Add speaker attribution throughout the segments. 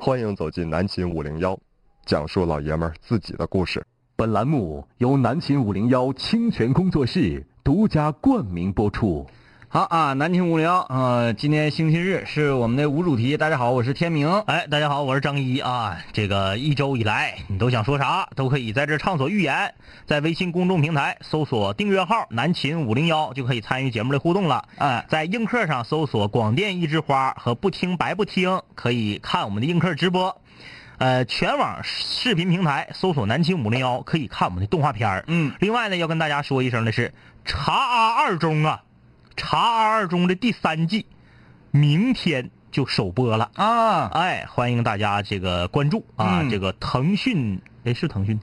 Speaker 1: 欢迎走进南秦五零幺，讲述老爷们儿自己的故事。
Speaker 2: 本栏目由南秦五零幺清泉工作室独家冠名播出。
Speaker 3: 好啊，南秦无聊，呃，今天星期日是我们的无主题。大家好，我是天明。
Speaker 4: 哎，大家好，我是张一啊。这个一周以来，你都想说啥，都可以在这畅所欲言。在微信公众平台搜索订阅号“南秦五零幺”，就可以参与节目的互动了。啊
Speaker 3: 哎、
Speaker 4: 在映客上搜索“广电一枝花”和“不听白不听”，可以看我们的映客直播。呃，全网视频平台搜索“南青五零幺”，可以看我们的动画片儿。
Speaker 3: 嗯，
Speaker 4: 另外呢，要跟大家说一声的是，《茶阿二中》啊，《茶阿二中》的第三季，明天就首播了。
Speaker 3: 啊，
Speaker 4: 哎，欢迎大家这个关注啊！
Speaker 3: 嗯
Speaker 4: 这个腾讯，哎，是腾讯，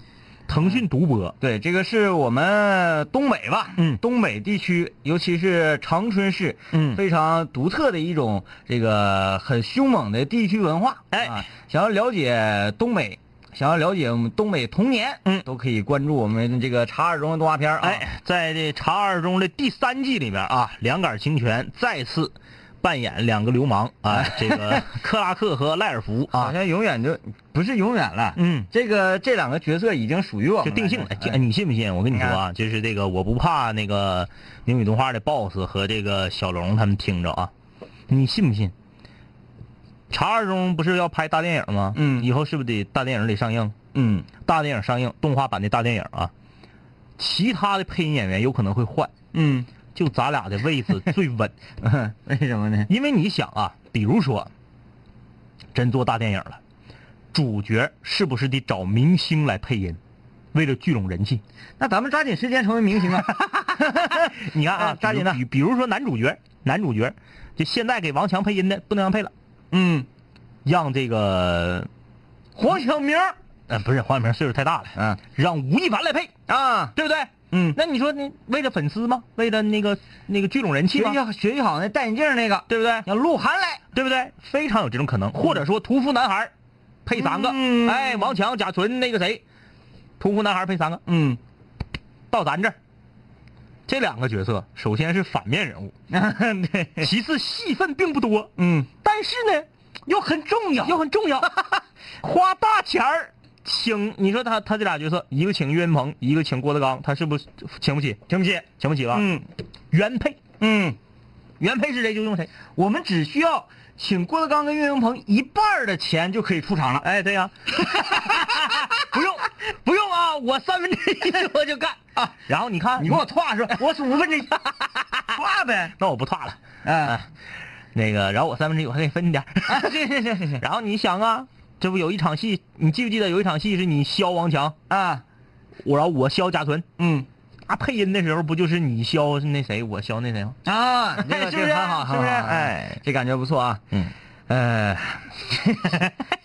Speaker 4: 腾讯独播。
Speaker 3: 对，这个是我们东北吧，
Speaker 4: 嗯
Speaker 3: 东北地区，尤其是长春市，
Speaker 4: 嗯
Speaker 3: 非常独特的一种这个很凶猛的地区文化。
Speaker 4: 哎
Speaker 3: 啊想要了解东北，想要了解我们东北童年，
Speaker 4: 嗯
Speaker 3: 都可以关注我们这个查尔中的动画片儿啊。
Speaker 4: 哎，在这《茶二中》的第三季里边啊，两杆清泉再次扮演两个流氓啊，这个 克拉克和赖尔福
Speaker 3: 哎好
Speaker 4: 啊，
Speaker 3: 像永远就不是永远了，
Speaker 4: 嗯，
Speaker 3: 这个这两个角色已经属于我们
Speaker 4: 就定性了。
Speaker 3: 哎
Speaker 4: 哎你信不信？我跟你说啊，就是这个，我不怕那个牛女动画的 BOSS 和这个小龙他们听着啊，你信不信？茶二中不是要拍大电影吗？
Speaker 3: 嗯
Speaker 4: 以后是不是得大电影得上映？
Speaker 3: 嗯，
Speaker 4: 大电影上映，动画版的大电影啊，其他的配音演员有可能会换，
Speaker 3: 嗯，
Speaker 4: 就咱俩的位置最 稳。嗯
Speaker 3: 为什么呢？
Speaker 4: 因为你想啊，比如说，真做大电影了，主角是不是得找明星来配音？为了聚拢人气，
Speaker 3: 那咱们抓紧时间成为明星 啊！
Speaker 4: 你看
Speaker 3: 哎
Speaker 4: 啊，
Speaker 3: 抓紧的
Speaker 4: 比如比如说男主角，男主角就现在给王强配音的不能让配了，
Speaker 3: 嗯，
Speaker 4: 让这个
Speaker 3: 黄晓明儿，
Speaker 4: 呃不是黄晓明岁数太大了，
Speaker 3: 嗯
Speaker 4: 让吴亦凡来配，
Speaker 3: 啊，
Speaker 4: 对不对？
Speaker 3: 嗯，
Speaker 4: 那你说你为了粉丝吗？为了那个那个聚拢人气
Speaker 3: 学
Speaker 4: 吗
Speaker 3: 习？好学习好那戴眼镜那个，
Speaker 4: 对不对？
Speaker 3: 让鹿晗来，
Speaker 4: 对不对？非常有这种可能，或者说屠夫男孩儿配三个，
Speaker 3: 嗯
Speaker 4: 哎，王强、贾纯那个谁，屠夫男孩儿配三个，
Speaker 3: 嗯，
Speaker 4: 到咱这儿，这两个角色首先是反面人物，
Speaker 3: 对，
Speaker 4: 其次戏份并不多，
Speaker 3: 嗯，
Speaker 4: 但是呢又很 重要，又很重要，花大钱儿请，你说他他这俩角色，一个请岳云鹏，一个请郭德纲，他是不是请不起？请不起，请不起吧？
Speaker 3: 嗯
Speaker 4: 原配，
Speaker 3: 嗯，
Speaker 4: 原配是谁就用谁。
Speaker 3: 我们只需要请郭德纲跟岳云鹏一半儿的钱就可以出场了。
Speaker 4: 哎， 对呀、不用，不用啊，我三分之一 我就干啊。然后你看，
Speaker 3: 你跟我话说， 我数五分之一，话呗，
Speaker 4: 那我不差了，啊
Speaker 3: 哎，
Speaker 4: 那个，然后我三分之一我还给你分你 点儿。
Speaker 3: 啊行行行行行
Speaker 4: 然后你想啊，这不有一场戏，你记不记得有一场戏是你削王强，
Speaker 3: 啊，
Speaker 4: 我然后我削贾纯，
Speaker 3: 嗯。
Speaker 4: 啊，配音的时候不就是你削那谁，我削那谁吗？
Speaker 3: 啊，这个这
Speaker 4: 是不是
Speaker 3: 个很好，
Speaker 4: 是不是
Speaker 3: 很好
Speaker 4: 哎，
Speaker 3: 这感觉不错啊。
Speaker 4: 嗯，
Speaker 3: 呃，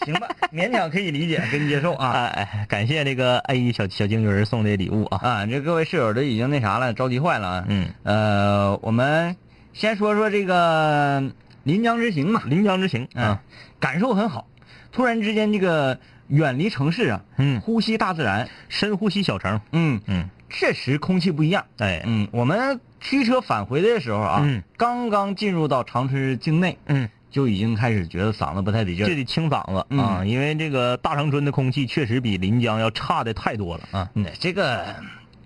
Speaker 3: 行吧，勉强可以理解，可以接受啊。
Speaker 4: 哎哎，感谢这个 A 小小金鱼送的礼物啊。
Speaker 3: 啊，这各位室友都已经那啥了，着急坏了啊。
Speaker 4: 嗯，
Speaker 3: 呃，我们先说说这个临江之行嘛，
Speaker 4: 临江之行
Speaker 3: 嗯
Speaker 4: 啊，，
Speaker 3: 感受很好。突然之间，这个远离城市啊，
Speaker 4: 嗯
Speaker 3: 呼吸大自然，
Speaker 4: 深呼吸小城，
Speaker 3: 嗯，
Speaker 4: 嗯，
Speaker 3: 确实空气不一样。
Speaker 4: 哎，
Speaker 3: 嗯，我们驱车返回的时候啊，
Speaker 4: 嗯
Speaker 3: 刚刚进入到长春市境内，
Speaker 4: 嗯。
Speaker 3: 就已经开始觉得嗓子不太得劲
Speaker 4: 就
Speaker 3: 儿。
Speaker 4: 得清嗓子、
Speaker 3: 嗯
Speaker 4: 啊，因为这个大长春的空气确实比临江要差的太多了啊。
Speaker 3: 嗯，这个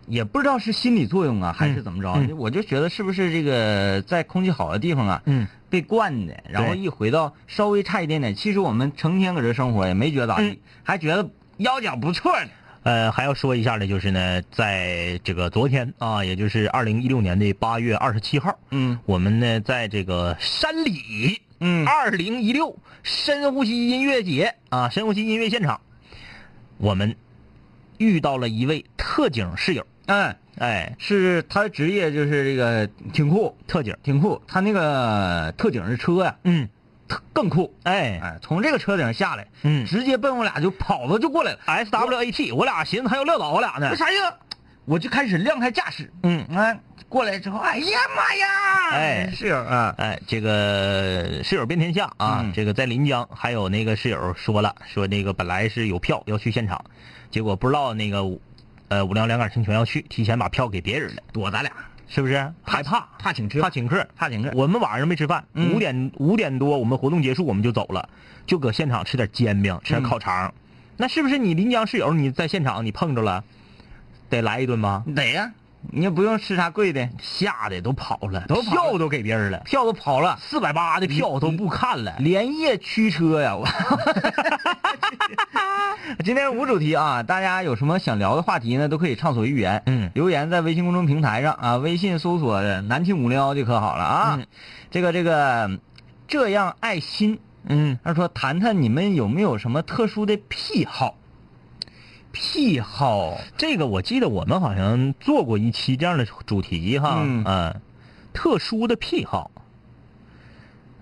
Speaker 3: 也不知道是心理作用啊，还是怎么着？
Speaker 4: 嗯嗯
Speaker 3: 我就觉得是不是这个在空气好的地方啊，
Speaker 4: 嗯，
Speaker 3: 被惯的，然后一回到稍微差一点点，其实我们成天搁这生活也没觉得咋地，
Speaker 4: 嗯
Speaker 3: 还觉得腰脚不错呢。
Speaker 4: 呃，还要说一下的就是呢，在这个昨天啊，也就是二零一六年的八月二十七号，
Speaker 3: 嗯
Speaker 4: 我们呢在这个山里
Speaker 3: 嗯
Speaker 4: 二零一六深呼吸音乐节啊，深呼吸音乐现场，我们遇到了一位特警室友，
Speaker 3: 嗯，
Speaker 4: 哎，
Speaker 3: 是他的职业就是这个挺酷，
Speaker 4: 特警，
Speaker 3: 挺酷。他那个特警的车呀、
Speaker 4: 嗯，
Speaker 3: 特更酷。
Speaker 4: 哎，
Speaker 3: 哎，从这个车顶下来，
Speaker 4: 嗯
Speaker 3: 直接奔我俩就跑了，就过来了。
Speaker 4: ，S W A T，我俩寻思还要撂倒我俩呢
Speaker 3: 那，啥呀？我就开始亮开架势，
Speaker 4: 嗯，
Speaker 3: 啊，过来之后，哎呀妈呀！
Speaker 4: 哎
Speaker 3: 室友啊，
Speaker 4: 哎，这个室友遍天下啊，
Speaker 3: 嗯
Speaker 4: 这个在临江还有那个室友说了，说那个本来是有票要去现场，结果不知道那个五呃五粮两杆清泉要去，提前把票给别人了，
Speaker 3: 躲咱俩，
Speaker 4: 是不是？害怕，
Speaker 3: 怕请吃
Speaker 4: 怕。请客，怕请客。我们晚上没吃饭，
Speaker 3: 嗯
Speaker 4: 五点五点多我们活动结束我们就走了，就搁现场吃点煎饼，吃
Speaker 3: 嗯
Speaker 4: 点烤肠。那是不是你临江室友你在现场你碰着了，得来一顿吧？
Speaker 3: 得呀、你也不用吃啥贵的，
Speaker 4: 吓得都跑了，
Speaker 3: 都跑了
Speaker 4: 票都给别人了，
Speaker 3: 票都跑了，
Speaker 4: 四百八的票都不看了。
Speaker 3: 连夜驱车呀！ 我今天无主题啊，大家有什么想聊的话题呢，都可以畅所欲言。
Speaker 4: 嗯
Speaker 3: 留言在微信公众平台上啊，微信搜索“南青五零幺”就可好了啊。
Speaker 4: 嗯
Speaker 3: 这个这个，这样爱心，
Speaker 4: 嗯，
Speaker 3: 他说谈谈你们有没有什么特殊的癖好？癖好，
Speaker 4: 这个我记得我们好像做过一期这样的主题哈，啊
Speaker 3: 嗯
Speaker 4: 特殊的癖好，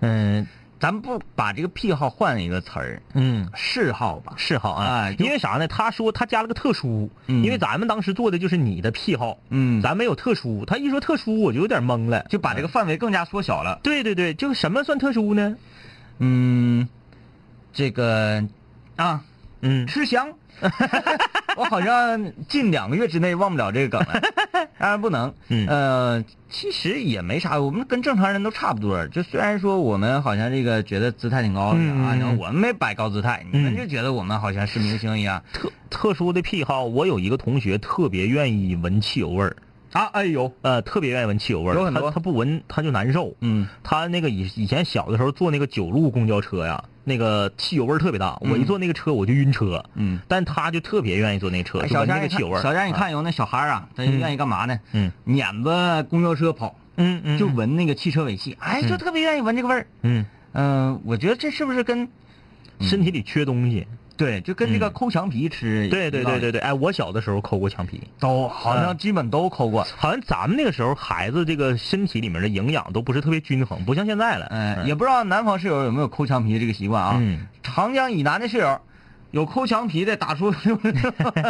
Speaker 4: 嗯
Speaker 3: 咱不把这个癖好换一个词儿，
Speaker 4: 嗯，
Speaker 3: 嗜好吧。
Speaker 4: 嗜好啊，
Speaker 3: 哎就
Speaker 4: 因为啥呢？他说他加了个特殊，
Speaker 3: 嗯
Speaker 4: 因为咱们当时做的就是你的癖好，
Speaker 3: 嗯，
Speaker 4: 咱没有特殊。他一说特殊，我就有点懵了，
Speaker 3: 就把这个 范围更加缩小了。
Speaker 4: 对对对，就什么算特殊呢？
Speaker 3: 嗯，这个啊，
Speaker 4: 嗯，
Speaker 3: 吃香，我好像近两个月之内忘不了这个梗了， 当然不能。
Speaker 4: 嗯
Speaker 3: 呃，其实也没啥，我们跟正常人都差不多。就虽然说我们好像这个觉得姿态挺高的啊，
Speaker 4: 嗯
Speaker 3: 然后我们没摆高姿态，你们就觉得我们好像是明星一样
Speaker 4: 特特殊的癖好，我有一个同学特别愿意闻汽油味儿，
Speaker 3: 啊。哎呦，
Speaker 4: 呃，特别愿意闻汽油味
Speaker 3: 有
Speaker 4: 儿，
Speaker 3: 很多
Speaker 4: 他他不闻他就难受。
Speaker 3: 嗯
Speaker 4: 他那个以以前小的时候坐那个九路公交车呀，那个汽油味儿特别大，我一坐那个车我就晕车。
Speaker 3: 嗯。
Speaker 4: 但他就特别愿意坐那车，
Speaker 3: 哎
Speaker 4: 就
Speaker 3: 小
Speaker 4: 闻
Speaker 3: 佳
Speaker 4: 那
Speaker 3: 你
Speaker 4: 个汽
Speaker 3: 看
Speaker 4: 油味儿。，
Speaker 3: 小佳你看有那小孩儿啊，他
Speaker 4: 嗯
Speaker 3: 愿意干嘛呢？
Speaker 4: 嗯
Speaker 3: 撵着公交车跑，
Speaker 4: 嗯嗯，
Speaker 3: 就闻那个汽车尾气，哎，就
Speaker 4: 嗯
Speaker 3: 特别愿意闻这个味儿。
Speaker 4: 嗯，
Speaker 3: 嗯、我觉得这是不是跟
Speaker 4: 身体里缺东西。
Speaker 3: 对，就跟这个
Speaker 4: 嗯
Speaker 3: 抠墙皮吃一道理、
Speaker 4: 对对对对对，哎，我小的时候抠过墙皮，
Speaker 3: 都好像基本都抠过，
Speaker 4: 好像咱们那个时候孩子这个身体里面的营养都不是特别均衡，不像现在了。
Speaker 3: 嗯、也不知道南方室友有没有抠墙皮这个习惯啊？
Speaker 4: 嗯，
Speaker 3: 长江以南的室友有抠墙皮的，打出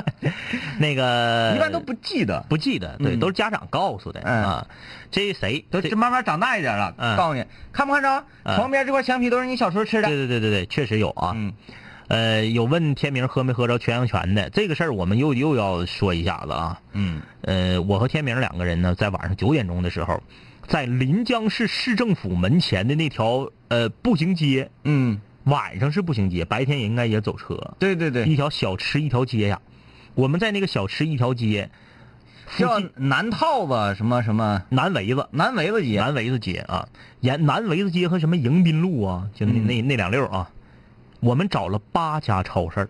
Speaker 4: 那个
Speaker 3: 一般都不记得，
Speaker 4: 不记得，对，
Speaker 3: 嗯
Speaker 4: 都是家长告诉的
Speaker 3: 嗯
Speaker 4: 啊。这谁？
Speaker 3: 都
Speaker 4: 这
Speaker 3: 这慢慢长大一点了，
Speaker 4: 嗯
Speaker 3: 告诉你，看不看着、
Speaker 4: 嗯
Speaker 3: 床边这块墙皮都是你小时候吃的
Speaker 4: 对？对对对对，确实有啊。
Speaker 3: 嗯
Speaker 4: 呃，有问天明喝没喝着全羊泉的这个事儿，我们又又要说一下子啊。
Speaker 3: 嗯
Speaker 4: 呃，我和天明两个人呢，在晚上九点钟的时候，在临江市市政府门前的那条呃步行街，
Speaker 3: 嗯，
Speaker 4: 晚上是步行街，白天也应该也走车，
Speaker 3: 对对对，
Speaker 4: 一条小吃一条街呀。我们在那个小吃一条街附
Speaker 3: 叫
Speaker 4: 近
Speaker 3: 南套子什么什么
Speaker 4: 南围子，
Speaker 3: 南围子街，
Speaker 4: 南围子街啊，沿南围子街和什么迎宾路啊，就那、
Speaker 3: 嗯
Speaker 4: 那那两溜啊，我们找了八家超市儿，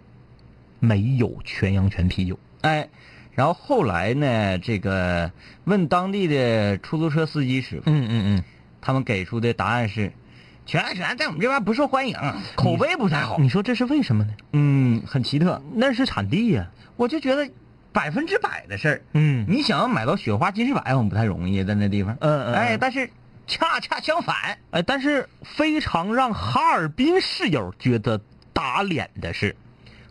Speaker 4: 没有全羊泉啤酒。
Speaker 3: 哎。然后后来呢？这个问当地的出租车司机师傅，
Speaker 4: 嗯嗯嗯。
Speaker 3: 他们给出的答案是，全安全在我们这边不受欢迎，口碑不太好。
Speaker 4: 啊你说这是为什么呢？
Speaker 3: 嗯，很奇特。
Speaker 4: 那是产地呀、
Speaker 3: 我就觉得百分之百的事儿，
Speaker 4: 嗯
Speaker 3: 你想要买到雪花金士百，我们不太容易，在那地方。
Speaker 4: 嗯嗯
Speaker 3: 哎，
Speaker 4: 嗯
Speaker 3: 但是恰恰相反，
Speaker 4: 哎，但是非常让哈尔滨室友觉得打脸的是，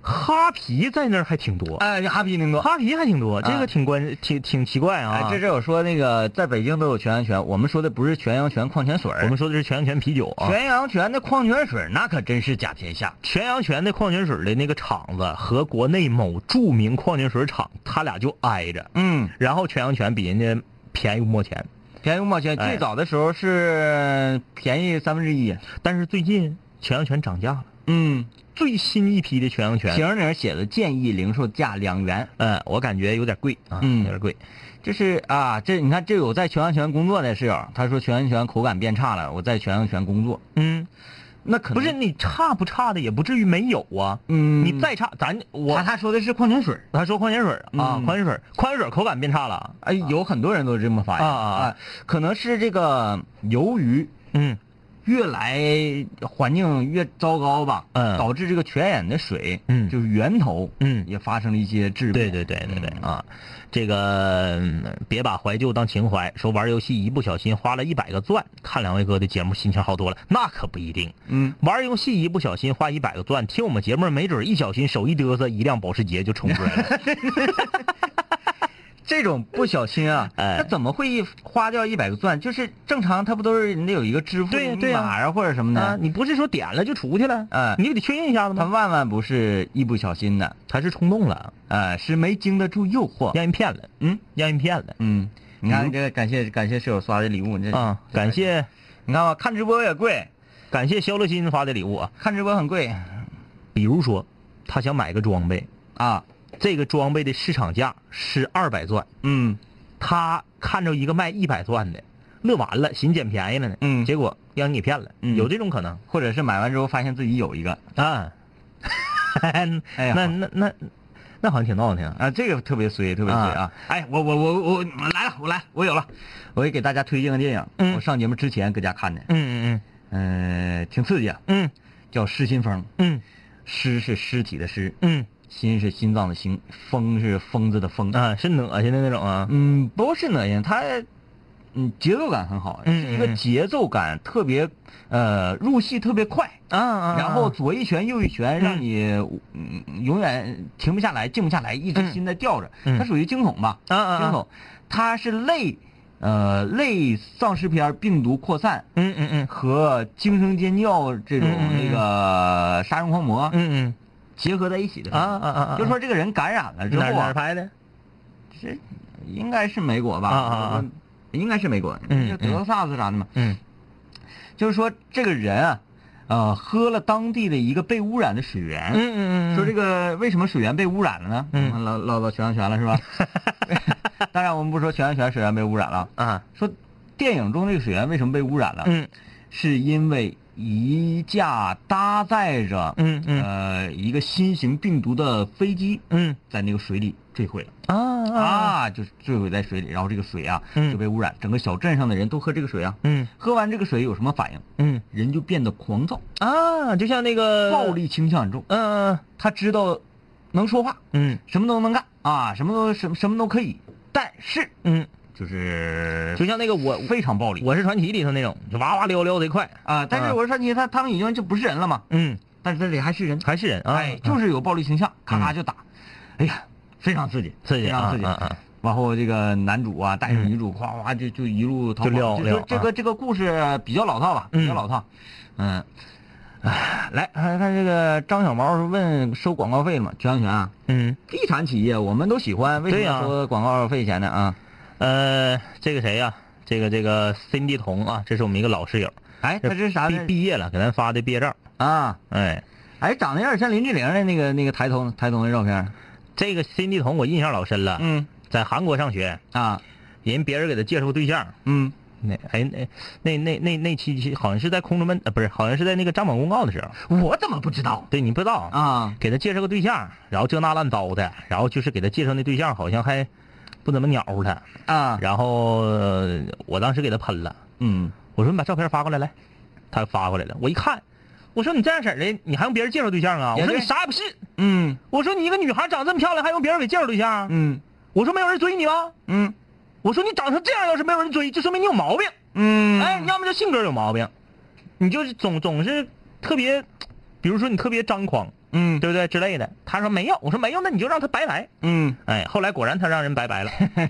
Speaker 4: 哈皮在那儿还挺多，
Speaker 3: 哎，哈皮宁多。
Speaker 4: 哈皮还挺多，这
Speaker 3: 啊
Speaker 4: 个挺关挺挺奇怪
Speaker 3: 哎
Speaker 4: 啊。，
Speaker 3: 这是我说那个，在北京都有全安全，我们说的不是全阳泉矿泉水儿
Speaker 4: 我们说的是全羊泉啤酒啊。
Speaker 3: 全阳泉的矿泉水儿那可真是甲天下。
Speaker 4: 全羊泉的矿泉水的那个厂子和国内某著名矿泉水厂，他俩就挨着，
Speaker 3: 嗯，
Speaker 4: 然后全羊泉比人家便宜五毛钱，
Speaker 3: 便宜五毛钱，
Speaker 4: 哎
Speaker 3: 最早的时候是便宜三分之一。
Speaker 4: 但是最近全羊泉涨价了，
Speaker 3: 嗯，
Speaker 4: 最新一批的全羊泉
Speaker 3: 瓶儿里面写的建议零售价两元。
Speaker 4: 嗯，我感觉有点贵啊，
Speaker 3: 嗯
Speaker 4: 有点贵。
Speaker 3: 这是啊，这你看，这有在全安全工作的室友，他说全安全口感变差了，我在全安全工作，
Speaker 4: 嗯，
Speaker 3: 那可能
Speaker 4: 不是，你差不差的，也不至于没有啊。
Speaker 3: 嗯，
Speaker 4: 你再差，咱我
Speaker 3: 他他说的是矿泉水儿，
Speaker 4: 他说矿泉水儿啊，
Speaker 3: 嗯
Speaker 4: 矿泉水儿，矿泉水儿口感变差了。
Speaker 3: 哎，有很多人都是这么发言
Speaker 4: 啊啊啊
Speaker 3: 可能是这个由于
Speaker 4: 嗯
Speaker 3: 越来环境越糟糕吧，
Speaker 4: 嗯
Speaker 3: 导致这个泉眼的水，
Speaker 4: 嗯
Speaker 3: 就是源头，
Speaker 4: 嗯，
Speaker 3: 也发生了一些质
Speaker 4: 对
Speaker 3: 变，
Speaker 4: 对对对对
Speaker 3: 嗯
Speaker 4: 啊，这个嗯别把怀旧当情怀。说玩游戏一不小心花了一百个钻，看两位哥的节目心情好多了，那可不一定。
Speaker 3: 嗯，
Speaker 4: 玩游戏一不小心花一百个钻，听我们节目没准儿一小心手一嘚瑟，一辆保时捷就冲出来 了。
Speaker 3: 这种不小心啊，
Speaker 4: 哎
Speaker 3: 那怎么会一花掉一百个钻？就是正常，他不都是人家有一个支付
Speaker 4: 对呀
Speaker 3: 密
Speaker 4: 对呀
Speaker 3: 码啊或者什么的，
Speaker 4: 啊，你不是说点了就出去了？
Speaker 3: 哎
Speaker 4: 你不得确认一下子
Speaker 3: 他
Speaker 4: 吗？
Speaker 3: 万万不是一不小心的，
Speaker 4: 哎他是冲动了，
Speaker 3: 呃，是没经得住诱惑。
Speaker 4: 让人骗了。
Speaker 3: 嗯
Speaker 4: 让人骗了。
Speaker 3: 嗯，你看这个感谢感谢室友刷的礼物，这
Speaker 4: 啊、感谢
Speaker 3: 你看吧，看直播也贵，
Speaker 4: 感谢肖乐心发的礼物啊。
Speaker 3: 看直播很贵
Speaker 4: 比如说，他想买个装备，
Speaker 3: 啊，
Speaker 4: 这个装备的市场价是二百钻，
Speaker 3: 嗯
Speaker 4: 他看着一个卖一百钻的，乐完了，寻捡便宜了呢，
Speaker 3: 嗯
Speaker 4: 结果让人给骗了，
Speaker 3: 嗯
Speaker 4: 有这种可能
Speaker 3: 或者是买完之后发现自己有一个，
Speaker 4: 啊。
Speaker 3: 哎呀
Speaker 4: 那那那那好像挺闹挺。
Speaker 3: 啊，这个特别衰，特别衰啊！哎，我我我我我来了，我来了，我有了，我也给大家推荐个电影，
Speaker 4: 嗯
Speaker 3: 我上节目之前搁家看的，
Speaker 4: 嗯
Speaker 3: 嗯、挺刺激、啊，
Speaker 4: 嗯
Speaker 3: 叫《失心疯》，
Speaker 4: 嗯
Speaker 3: 尸是尸体的尸，
Speaker 4: 嗯
Speaker 3: 心是心脏的心，疯是疯子的疯
Speaker 4: 嗯，啊，是恶心的那种啊。
Speaker 3: 嗯，不是恶心，它，嗯，节奏感很好，
Speaker 4: 嗯
Speaker 3: 是一个
Speaker 4: 嗯嗯
Speaker 3: 节奏感特别，呃，入戏特别快，
Speaker 4: 啊啊
Speaker 3: 然后左一拳右一拳，让你嗯永远停不下来，静不下来，一直
Speaker 4: 嗯
Speaker 3: 心在吊着。
Speaker 4: 嗯
Speaker 3: 它属于惊悚吧？
Speaker 4: 啊啊
Speaker 3: 惊
Speaker 4: 啊
Speaker 3: 悚，它是类呃类丧尸片、病毒扩散
Speaker 4: 嗯嗯嗯
Speaker 3: 和惊声尖叫这种
Speaker 4: 嗯嗯嗯
Speaker 3: 那个杀人狂魔
Speaker 4: 嗯
Speaker 3: 结合在一起的
Speaker 4: 嗯啊啊啊啊！
Speaker 3: 就说这个人感染了之
Speaker 4: 哪
Speaker 3: 后
Speaker 4: 哪
Speaker 3: 啊，
Speaker 4: 拍的？
Speaker 3: 这应该是美国吧？
Speaker 4: 啊啊啊
Speaker 3: 应该是美国，
Speaker 4: 嗯
Speaker 3: 就德克萨斯啥的嘛。
Speaker 4: 嗯
Speaker 3: 就是说这个人啊，呃，喝了当地的一个被污染的水源。
Speaker 4: 嗯嗯嗯，
Speaker 3: 说这个为什么水源被污染了呢？
Speaker 4: 嗯
Speaker 3: 我们唠唠到全阳泉了是 吧？当然我们不说全阳泉水源被污染了，
Speaker 4: 啊
Speaker 3: 说电影中这个水源为什么被污染了？
Speaker 4: 嗯
Speaker 3: 是因为一架搭载着
Speaker 4: 嗯嗯
Speaker 3: 呃一个新型病毒的飞机
Speaker 4: 嗯
Speaker 3: 在那个水里坠毁了
Speaker 4: 啊啊
Speaker 3: 啊，就是坠毁在水里，然后这个水啊
Speaker 4: 嗯
Speaker 3: 就被污染，整个小镇上的人都喝这个水啊，
Speaker 4: 嗯
Speaker 3: 喝完这个水有什么反应？
Speaker 4: 嗯
Speaker 3: 人就变得狂躁，
Speaker 4: 啊，就像那个
Speaker 3: 暴，力倾向很重。
Speaker 4: 嗯
Speaker 3: 他知道能说话，
Speaker 4: 嗯
Speaker 3: 什么都能干啊，什么都什么什么都可以，但是
Speaker 4: 嗯，
Speaker 3: 就是
Speaker 4: 就像那个我
Speaker 3: 非常暴力
Speaker 4: 我是嗯传奇里头那种，就哇哇撩撩贼快，
Speaker 3: 啊。但是我说你他他们已经就不是人了嘛，
Speaker 4: 嗯，
Speaker 3: 但是这里还是人，
Speaker 4: 还是人啊，
Speaker 3: 哎，就是有暴力倾向，咔咔就打，哎呀，非常刺激，
Speaker 4: 嗯刺激
Speaker 3: 非
Speaker 4: 啊
Speaker 3: 常刺激
Speaker 4: 啊啊。
Speaker 3: 然后这个男主啊，带着
Speaker 4: 嗯
Speaker 3: 女主夸夸就就一路逃跑，
Speaker 4: 就撩
Speaker 3: 就
Speaker 4: 撩
Speaker 3: 这个这个故事比较老套吧，比较
Speaker 4: 嗯
Speaker 3: 老套，嗯，
Speaker 4: 来看看这个张小毛问收广告费吗？
Speaker 3: 全安全啊，
Speaker 4: 嗯，
Speaker 3: 地产企业我们都喜欢，为什么
Speaker 4: 对呀
Speaker 3: 要收广告费钱呢啊？
Speaker 4: 呃，这个谁呀、这个这个 Cindy 童啊，这是我们一个老室友，
Speaker 3: 哎，他这是啥
Speaker 4: 毕
Speaker 3: 呢？
Speaker 4: 毕业了，给咱发的毕业照。
Speaker 3: 啊，
Speaker 4: 哎，
Speaker 3: 哎，长得有点像林志玲的那个那个台童台童的照片。
Speaker 4: 这个 Cindy 童我印象老深了，
Speaker 3: 嗯
Speaker 4: 在韩国上学，
Speaker 3: 啊，
Speaker 4: 人别人给他介绍个对象，
Speaker 3: 嗯
Speaker 4: 那哎那那那那那期好像是在空中门呃不是，好像是在那个张榜公告的时候，
Speaker 3: 我怎么不知道
Speaker 4: 对你不知道
Speaker 3: 啊？
Speaker 4: 给他介绍个对象，然后这那烂糟的，然后就是给他介绍那对象好像还不怎么鸟他，
Speaker 3: 啊，
Speaker 4: 然后呃我当时给他喷了，
Speaker 3: 嗯
Speaker 4: 我说你把照片发过来来，他发过来了，我一看，我说你这样式儿的，你还用别人介绍对象啊？
Speaker 3: 也
Speaker 4: 我说
Speaker 3: 对
Speaker 4: 你啥也不是，
Speaker 3: 嗯
Speaker 4: 我说你一个女孩长这么漂亮，还用别人给介绍对象啊？
Speaker 3: 嗯
Speaker 4: 我说没有人追你吗？
Speaker 3: 嗯
Speaker 4: 我说你长成这样，要是没有人追，就说明你有毛病。
Speaker 3: 嗯
Speaker 4: 哎，
Speaker 3: 哎，
Speaker 4: 你
Speaker 3: 你
Speaker 4: 要么就性格有毛病，你就是总总是特别，比如说你特别张狂，
Speaker 3: 嗯
Speaker 4: 对不对之类的。他说没有，我说没有，那你就让他拜拜。
Speaker 3: 嗯
Speaker 4: 哎，后来果然他让人拜 拜了。嗯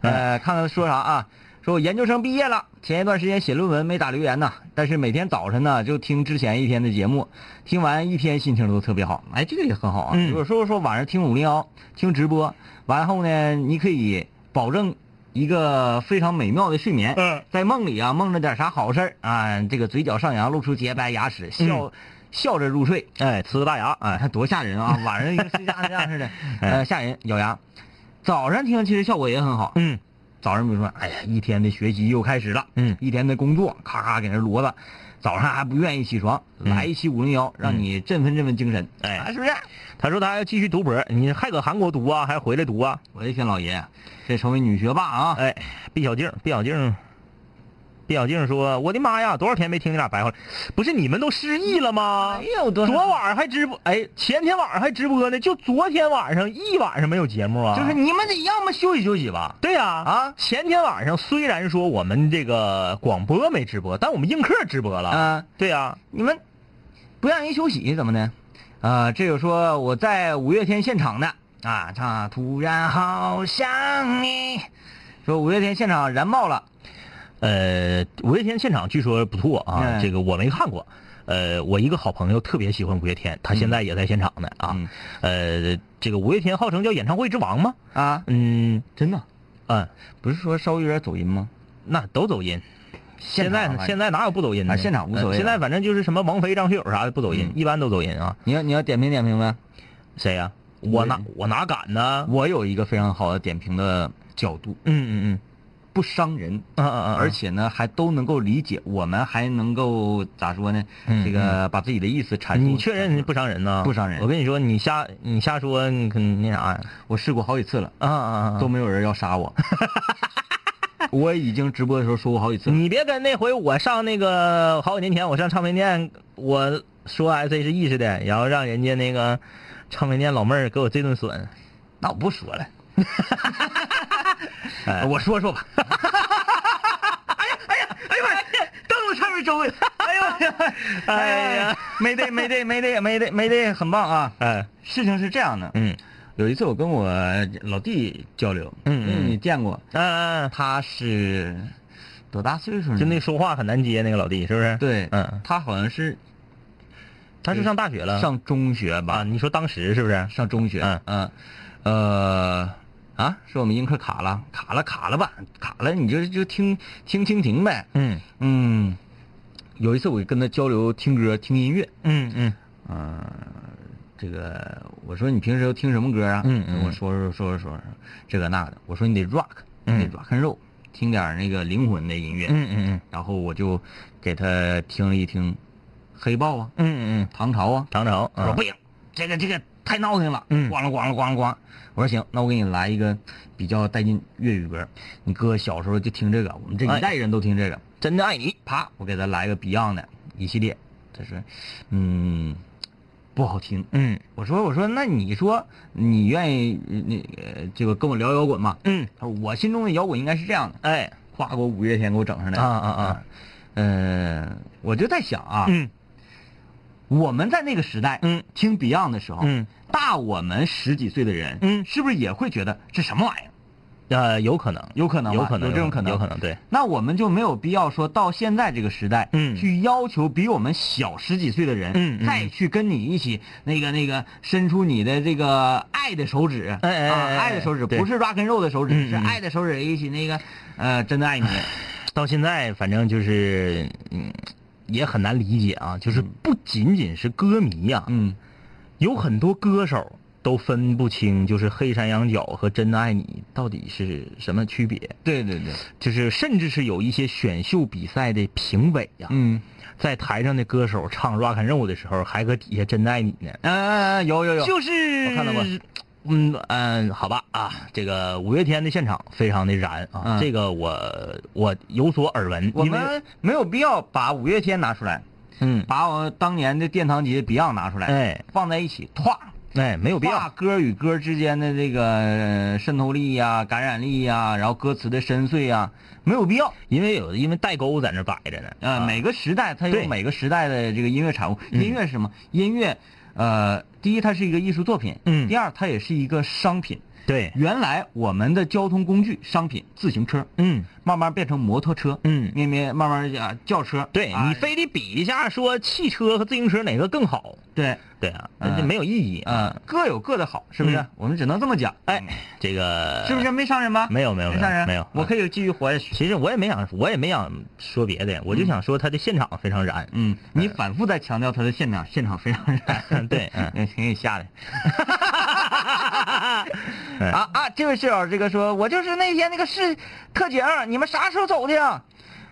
Speaker 3: 呃，看看说啥啊？说我研究生毕业了，前一段时间写论文没咋留言呐，但是每天早晨呢就听之前一天的节目，听完一天心情都特别好。哎，这个也很好啊。
Speaker 4: 嗯
Speaker 3: 有时候说晚上听五零幺听直播，完后呢，你可以保证一个非常美妙的睡眠。
Speaker 4: 嗯
Speaker 3: 在梦里啊，梦着点啥好事儿啊，这个嘴角上扬，露出洁白牙齿，
Speaker 4: 嗯
Speaker 3: 笑、笑着入睡。
Speaker 4: 哎，呲个大牙，
Speaker 3: 啊，看多吓人啊！晚上一个睡觉这样似 的，呃，吓人，咬牙。早上听其实效果也很好。
Speaker 4: 嗯
Speaker 3: 早上比如说，哎呀，一天的学习又开始了，
Speaker 4: 嗯
Speaker 3: 一天的工作，咔咔给那摞了，早上还不愿意起床，
Speaker 4: 嗯
Speaker 3: 来一期五零幺，让你振奋振奋精神。
Speaker 4: 哎
Speaker 3: 啊是不是？
Speaker 4: 他说他要继续读博，你还搁韩国读啊，还回来读啊？
Speaker 3: 我的天，老爷，这成为女学霸啊！
Speaker 4: 哎，毕小静，毕小静，毕小静说：“我的妈呀，多少天没听你俩白话了？不是你们都失忆了吗？
Speaker 3: 哎呦，多
Speaker 4: 昨晚还直播，哎，前天晚上还直播呢，就昨天晚上一晚上没有节目啊。
Speaker 3: 就是你们得要么休息休息吧。
Speaker 4: 对呀、
Speaker 3: 啊
Speaker 4: 前天晚上虽然说我们这个广播没直播，但我们映客直播了。
Speaker 3: 啊，
Speaker 4: 对呀、
Speaker 3: 你们不让人休息怎么的？啊，这个说我在五月天现场的啊，他突然好想你，说五月天现场燃爆了，
Speaker 4: 呃，五月天现场据说不错啊，
Speaker 3: 哎
Speaker 4: 这个我没看过。呃，我一个好朋友特别喜欢五月天，他现在也在现场呢
Speaker 3: 嗯
Speaker 4: 啊。呃，这个五月天号称叫演唱会之王吗？
Speaker 3: 啊
Speaker 4: 嗯，
Speaker 3: 真的
Speaker 4: 嗯，
Speaker 3: 不是说稍微有点走音吗？
Speaker 4: 那都走音。现在
Speaker 3: 现场啊
Speaker 4: 现在哪有不走音的？
Speaker 3: 啊现场无所谓啊嗯
Speaker 4: 嗯现在反正就是什么王菲、张学友啥的不走音，一般都走音啊。
Speaker 3: 你要你要点评点评呗。
Speaker 4: 谁呀、我哪我哪敢呢？
Speaker 3: 我有一个非常好的点评的角度，
Speaker 4: 嗯嗯
Speaker 3: 不伤人，
Speaker 4: 嗯嗯嗯嗯，
Speaker 3: 而且呢还都能够理解，我们还能够咋说呢？
Speaker 4: 嗯
Speaker 3: 这个把自己的意思阐述。
Speaker 4: 你确认不伤人呢？
Speaker 3: 不伤人
Speaker 4: 我跟你说，你瞎你瞎说，你可那啥呀？
Speaker 3: 我试过好几次了，
Speaker 4: 啊啊
Speaker 3: 都没有人要杀 我。我已经直播的时候说过好几次了。
Speaker 4: 你别跟那回我上那个好几年前我上唱片店，我说 S H E 似的，然后让人家那个唱片店老妹儿给我这顿损。
Speaker 3: 那我不说了，
Speaker 4: 哎
Speaker 3: 我说说吧。哎呀哎呀哎呀妈呀！凳子差点周围。哎呦哎呀哎
Speaker 4: 哎呀
Speaker 3: 呀！没得没得没得没得没得，很棒啊！
Speaker 4: 哎，
Speaker 3: 事情是这样的，
Speaker 4: 嗯
Speaker 3: 有一次我跟我老弟交流，
Speaker 4: 嗯嗯
Speaker 3: 因为你见过，
Speaker 4: 嗯嗯
Speaker 3: 他是多大岁数呢？
Speaker 4: 嗯，就那说话很难接那个老弟，是不是？，
Speaker 3: 对，
Speaker 4: 嗯，
Speaker 3: 他好像是
Speaker 4: 他是上大学了。
Speaker 3: 上中学吧，
Speaker 4: 啊，你说当时是不是？
Speaker 3: 上中学，
Speaker 4: 嗯
Speaker 3: 嗯，呃，啊，是我们音课卡了，卡了卡了吧，卡了，你就就听听蜻蜓呗，
Speaker 4: 嗯
Speaker 3: 嗯，有一次我跟他交流听歌听音乐，
Speaker 4: 嗯嗯
Speaker 3: 嗯、这个我说你平时都听什么歌啊？
Speaker 4: 嗯嗯
Speaker 3: 我说说说说说这个那个的，我说你得 rock，你得
Speaker 4: 嗯
Speaker 3: rock and roll，听点儿那个灵魂的音乐，
Speaker 4: 嗯嗯
Speaker 3: 然后我就给他听了一听黑豹啊、
Speaker 4: 嗯嗯嗯，
Speaker 3: 唐朝啊，
Speaker 4: 唐朝。
Speaker 3: 我说不行，这个这个太闹腾了，
Speaker 4: 嗯
Speaker 3: 咣了咣了咣了咣。我说行，那我给你来一个比较带劲粤语歌，你哥小时候就听这个，我们这
Speaker 4: 哎
Speaker 3: 一代人都听这个，
Speaker 4: 真的爱你。
Speaker 3: 啪，我给他来个 Beyond 的一系列，他说，嗯，不好听。
Speaker 4: 嗯
Speaker 3: 我说我说那你说你愿意那呃这个跟我聊摇滚吗？
Speaker 4: 嗯，
Speaker 3: 他说我心中的摇滚应该是这样的，
Speaker 4: 哎
Speaker 3: 夸给我五月天给我整上来
Speaker 4: 啊啊啊，
Speaker 3: 呃，我就在想啊，
Speaker 4: 嗯
Speaker 3: 我们在那个时代，
Speaker 4: 嗯，
Speaker 3: 听 Beyond 的时候，
Speaker 4: 嗯，
Speaker 3: 大我们十几岁的人，
Speaker 4: 嗯
Speaker 3: 是不是也会觉得这什么玩意儿？
Speaker 4: 呃，有可能，
Speaker 3: 有可能吧，
Speaker 4: 有可能，
Speaker 3: 有这种可能，
Speaker 4: 有可能，对。
Speaker 3: 那我们就没有必要说到现在这个时代，
Speaker 4: 嗯
Speaker 3: 去要求比我们小十几岁的人，
Speaker 4: 嗯嗯
Speaker 3: 再去跟你一起那个那个伸出你的这个爱的手指，
Speaker 4: 哎哎哎哎
Speaker 3: 啊，爱的手指
Speaker 4: 对
Speaker 3: 不是 rock and roll 的手指，
Speaker 4: 嗯嗯
Speaker 3: 是爱的手指一起那个，呃，真的爱你，
Speaker 4: 到现在，反正就是，嗯，也很难理解啊。就是不仅仅是歌迷呀、
Speaker 3: 嗯，
Speaker 4: 有很多歌手都分不清，就是《黑山羊角》和《真的爱你》到底是什么区别。
Speaker 3: 对对对，
Speaker 4: 就是甚至是有一些选秀比赛的评委呀、
Speaker 3: 嗯，
Speaker 4: 在台上的歌手唱 rock and roll 的时候，还搁底下真的爱你呢。
Speaker 3: 啊啊啊，有有有，
Speaker 4: 就是
Speaker 3: 我看到过。
Speaker 4: 嗯嗯，好吧啊，这个五月天的现场非常的燃啊，
Speaker 3: 嗯
Speaker 4: 这个我我有所耳闻，
Speaker 3: 我
Speaker 4: 因为
Speaker 3: 们没有必要把五月天拿出来，
Speaker 4: 嗯
Speaker 3: 把我们当年的殿堂级的 Beyond 拿出来，
Speaker 4: 哎
Speaker 3: 放在一起，唰，
Speaker 4: 哎没有必
Speaker 3: 跨
Speaker 4: 要，
Speaker 3: 歌与歌之间的这个呃渗透力呀、感染力呀、然后歌词的深邃呀、没有必要。
Speaker 4: 因为有因为代沟在那摆着呢
Speaker 3: 呃，每个时代它有
Speaker 4: 对
Speaker 3: 每个时代的这个音乐产物。音乐是什么？音乐，呃，第一它是一个艺术作品，
Speaker 4: 嗯
Speaker 3: 第二它也是一个商品。
Speaker 4: 对
Speaker 3: 原来我们的交通工具商品自行车，
Speaker 4: 嗯
Speaker 3: 慢慢变成摩托车，
Speaker 4: 嗯
Speaker 3: 慢慢慢慢啊轿车，
Speaker 4: 对、
Speaker 3: 啊
Speaker 4: 你非得比一下说汽车和自行车哪个更好，
Speaker 3: 对。
Speaker 4: 对啊，
Speaker 3: 嗯
Speaker 4: 那就没有意义啊
Speaker 3: 呃，各有各的好，是不是
Speaker 4: 嗯？
Speaker 3: 我们只能这么讲，嗯
Speaker 4: 哎，这个
Speaker 3: 是不是？没伤人吧？
Speaker 4: 没有没有
Speaker 3: 没伤人，
Speaker 4: 没有嗯
Speaker 3: 我可以继续活下去。
Speaker 4: 其实我也没想我也没想说别的，我就想说他的现场非常燃，
Speaker 3: 嗯，你反复在强调他的现场，现场非常燃，
Speaker 4: 对 嗯
Speaker 3: 嗯，挺给你吓 的。
Speaker 4: 嗯
Speaker 3: 啊啊！这位室友，这个说，我就是那天那个是特警，你们啥时候走的呀？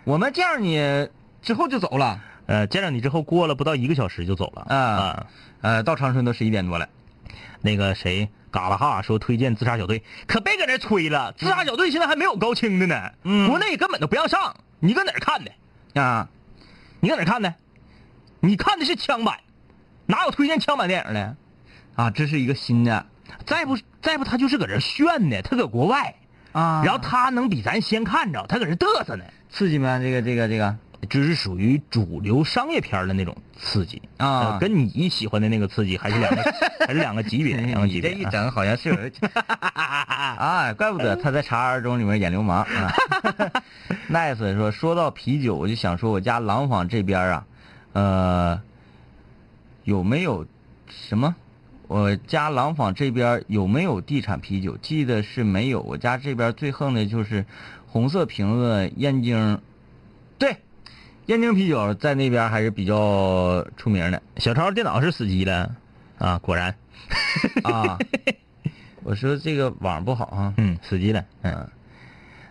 Speaker 3: 我们见着你之后就走了，
Speaker 4: 呃，见着你之后过了不到一个小时就走了
Speaker 3: 啊呃，到长春都十一点多了。
Speaker 4: 那个谁，嘎啦哈说推荐自杀小队，可别搁那吹了，自杀小队现在还没有高清的呢，
Speaker 3: 嗯
Speaker 4: 国内根本都不让上，你搁哪儿看的？
Speaker 3: 啊，
Speaker 4: 你搁哪儿看的？你看的是枪版，哪有推荐枪版电影的？
Speaker 3: 啊，这是一个新的
Speaker 4: 再不再不他就是搁这儿炫呢，他搁国外，
Speaker 3: 啊
Speaker 4: 然
Speaker 3: 然
Speaker 4: 后
Speaker 3: 后他
Speaker 4: 他能比咱先看着，他搁这儿嘚瑟呢，
Speaker 3: 刺激吗？这个这个这个
Speaker 4: 这是属于主流商业片儿的那种刺激
Speaker 3: 啊
Speaker 4: 呃跟你喜欢的那个刺激还是两个还是两个级别，两个级
Speaker 3: 嗯 你这
Speaker 4: 别
Speaker 3: 一
Speaker 4: 啊。
Speaker 3: 整好像是有人 啊，怪不得他在《茶二中》里面演流氓啊。nice 说，说到啤酒，我就想说我家廊坊这边啊，呃，有没有什么？我家廊坊这边有没有地产啤酒？记得是没有。我家这边最横的就是红色瓶子燕京，对，燕京啤酒在那边还是比较出名的
Speaker 4: 小超电脑是死机了啊，果然，
Speaker 3: 啊。我说这个网不好啊，
Speaker 4: 嗯，死机了，嗯，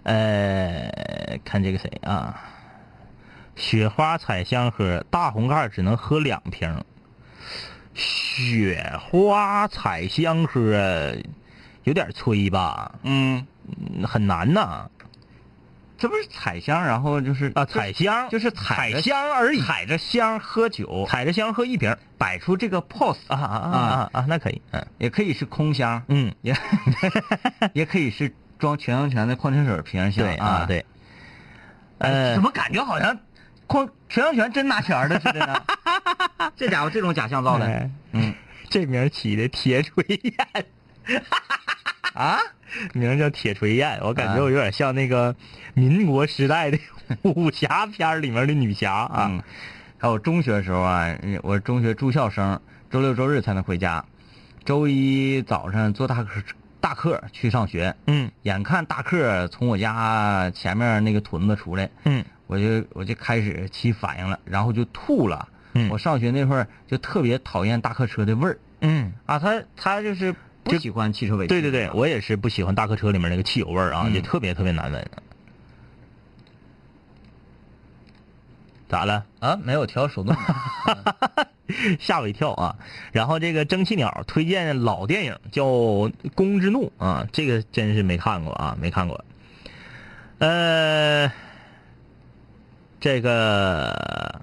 Speaker 4: 呃，看这个谁啊，雪花彩香喝大红盖只能喝两瓶，雪花彩香喝有点催吧，
Speaker 3: 嗯，
Speaker 4: 嗯很难呐
Speaker 3: 这不是彩香，然后就是
Speaker 4: 啊，彩香
Speaker 3: 就是踩
Speaker 4: 踩
Speaker 3: 着
Speaker 4: 香而已，
Speaker 3: 踩着香喝酒，
Speaker 4: 踩着香喝一瓶
Speaker 3: 摆出这个 pose
Speaker 4: 啊啊啊啊啊，那可以，嗯
Speaker 3: 也可以是空箱，
Speaker 4: 嗯，
Speaker 3: 也也可以是装全阳泉的矿泉水瓶香
Speaker 4: 对
Speaker 3: 啊
Speaker 4: 啊，对，
Speaker 3: 哎
Speaker 4: 呃
Speaker 3: 怎么感觉好像矿全阳泉真拿钱儿的似的呢？ 这家伙这种假象造的
Speaker 4: 哎，嗯，这名儿起的铁锤燕，
Speaker 3: 啊？
Speaker 4: 名儿叫铁锤燕，我感觉我有点像那个民国时代的武侠片儿里面的女侠啊。
Speaker 3: 嗯，还有中学时候啊，我是中学住校生，周六周日才能回家，周一早上坐大客大客去上学，
Speaker 4: 嗯
Speaker 3: 眼看大客从我家前面那个屯子出来，
Speaker 4: 嗯
Speaker 3: 我就我就开始起反应了，然后就吐了。
Speaker 4: 嗯
Speaker 3: 我上学那会儿就特别讨厌大客车的味儿
Speaker 4: 嗯，
Speaker 3: 啊，他他就是不喜欢汽车尾气。
Speaker 4: 对对对，我也是不喜欢大客车里面那个汽油味儿啊，
Speaker 3: 嗯
Speaker 4: 就特别特别难闻。咋了？
Speaker 3: 啊没有调手动挡。
Speaker 4: 吓我一跳啊！然后这个蒸汽鸟推荐老电影叫《宫之怒》啊，这个真是没看过啊，没看过。呃，这个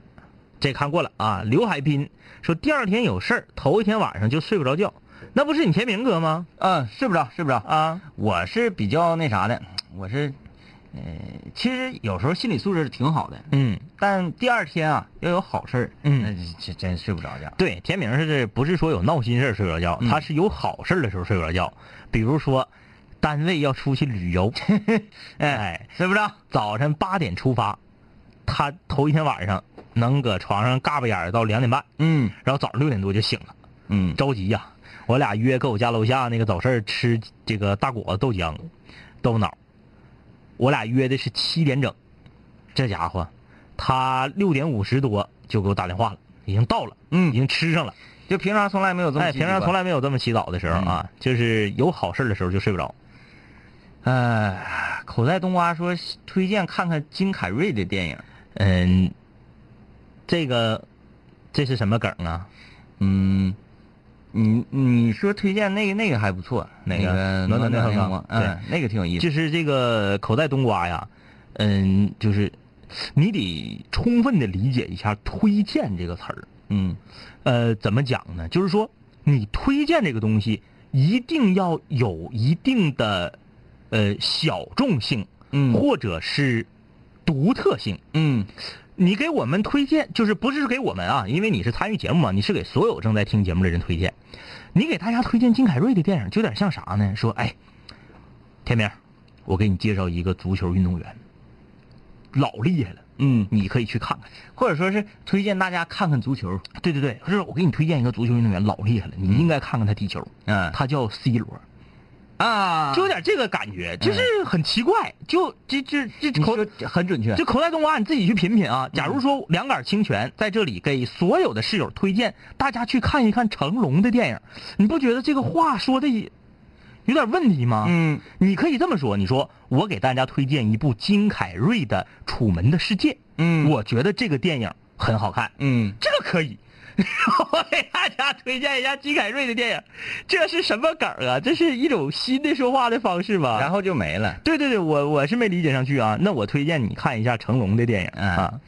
Speaker 4: 这看过了啊。刘海滨说第二天有事儿，头一天晚上就睡不着觉，那不是你天明哥吗？
Speaker 3: 嗯，睡不着，睡不着。
Speaker 4: 啊，
Speaker 3: 我是比较那啥的，我是，呃，其实有时候心理素质挺好的，
Speaker 4: 嗯，
Speaker 3: 但第二天啊要有好事儿，
Speaker 4: 嗯
Speaker 3: 那这真睡不着觉。
Speaker 4: 对，天明是不是说有闹心事儿睡不着觉？
Speaker 3: 嗯
Speaker 4: 他是有好事儿的时候睡不着觉，比如说单位要出去旅游，哎，
Speaker 3: 睡不着，
Speaker 4: 早晨八点出发，他头一天晚上能搁床上嘎巴眼儿到两点半，
Speaker 3: 嗯
Speaker 4: 然后早上六点多就醒了，
Speaker 3: 嗯，
Speaker 4: 着急呀、我俩约搁我家楼下那个早市儿吃这个大果子、豆浆、豆腐脑，我俩约的是七点整，这家伙他六点五十多就给我打电话了，已经到了，
Speaker 3: 嗯
Speaker 4: 已经吃上了。
Speaker 3: 就平常从来没有这么
Speaker 4: 哎，
Speaker 3: 积极
Speaker 4: 平
Speaker 3: 过，
Speaker 4: 常从来没有这么起早的时候
Speaker 3: 嗯
Speaker 4: 啊，就是有好事的时候就睡不着。
Speaker 3: 哎，口袋冬瓜说推荐看看金凯瑞的电影。
Speaker 4: 嗯，这个这是什么梗啊？
Speaker 3: 嗯，你你说推荐那个那个还不错，
Speaker 4: 哪
Speaker 3: 那
Speaker 4: 个
Speaker 3: 个
Speaker 4: 暖暖
Speaker 3: 暖
Speaker 4: 暖
Speaker 3: 阳光
Speaker 4: 阳光，
Speaker 3: 嗯，那个挺有意思。
Speaker 4: 就是这个口袋冬瓜呀，嗯，就是你得充分的理解一下“推荐”这个词儿。
Speaker 3: 嗯
Speaker 4: 呃，怎么讲呢？就是说，你推荐这个东西一定要有一定的呃小众性，
Speaker 3: 嗯
Speaker 4: 或者是独特性。
Speaker 3: 嗯
Speaker 4: 你给我们推荐，就是不是给我们啊？因为你是参与节目嘛，你是给所有正在听节目的人推荐。你给大家推荐金凯瑞的电影，就有点像啥呢？说，哎，天明，我给你介绍一个足球运动员，老厉害了，
Speaker 3: 嗯，
Speaker 4: 你可以去看看。
Speaker 3: 或者说是推荐大家看看足球。
Speaker 4: 对对对，就是我给你推荐一个足球运动员，老厉害了，你应该看看他踢球。
Speaker 3: 嗯
Speaker 4: 他叫 C 罗，
Speaker 3: 啊
Speaker 4: 就
Speaker 3: 就
Speaker 4: 有点这个感觉，就是很奇怪，就这这这
Speaker 3: 你
Speaker 4: 口
Speaker 3: 说这很准确。
Speaker 4: 这口袋冬瓜你自己去品品啊。假如说两杆清泉在这里给所有的室友推荐大家去看一看成龙的电影，你不觉得这个话说的也有点问题吗？
Speaker 3: 嗯
Speaker 4: 你可以这么说，你说我给大家推荐一部金凯瑞的《楚门的世界》，
Speaker 3: 嗯
Speaker 4: 我觉得这个电影很好看，
Speaker 3: 嗯
Speaker 4: 这个可以。 我给大家推荐一下金凯瑞的电影，这是什么梗儿啊？这是一种新的说话的方式吧？
Speaker 3: 然后就没了。
Speaker 4: 对对对，我我是没理解上去啊。那我推荐你看一下成龙的电影啊。
Speaker 3: 嗯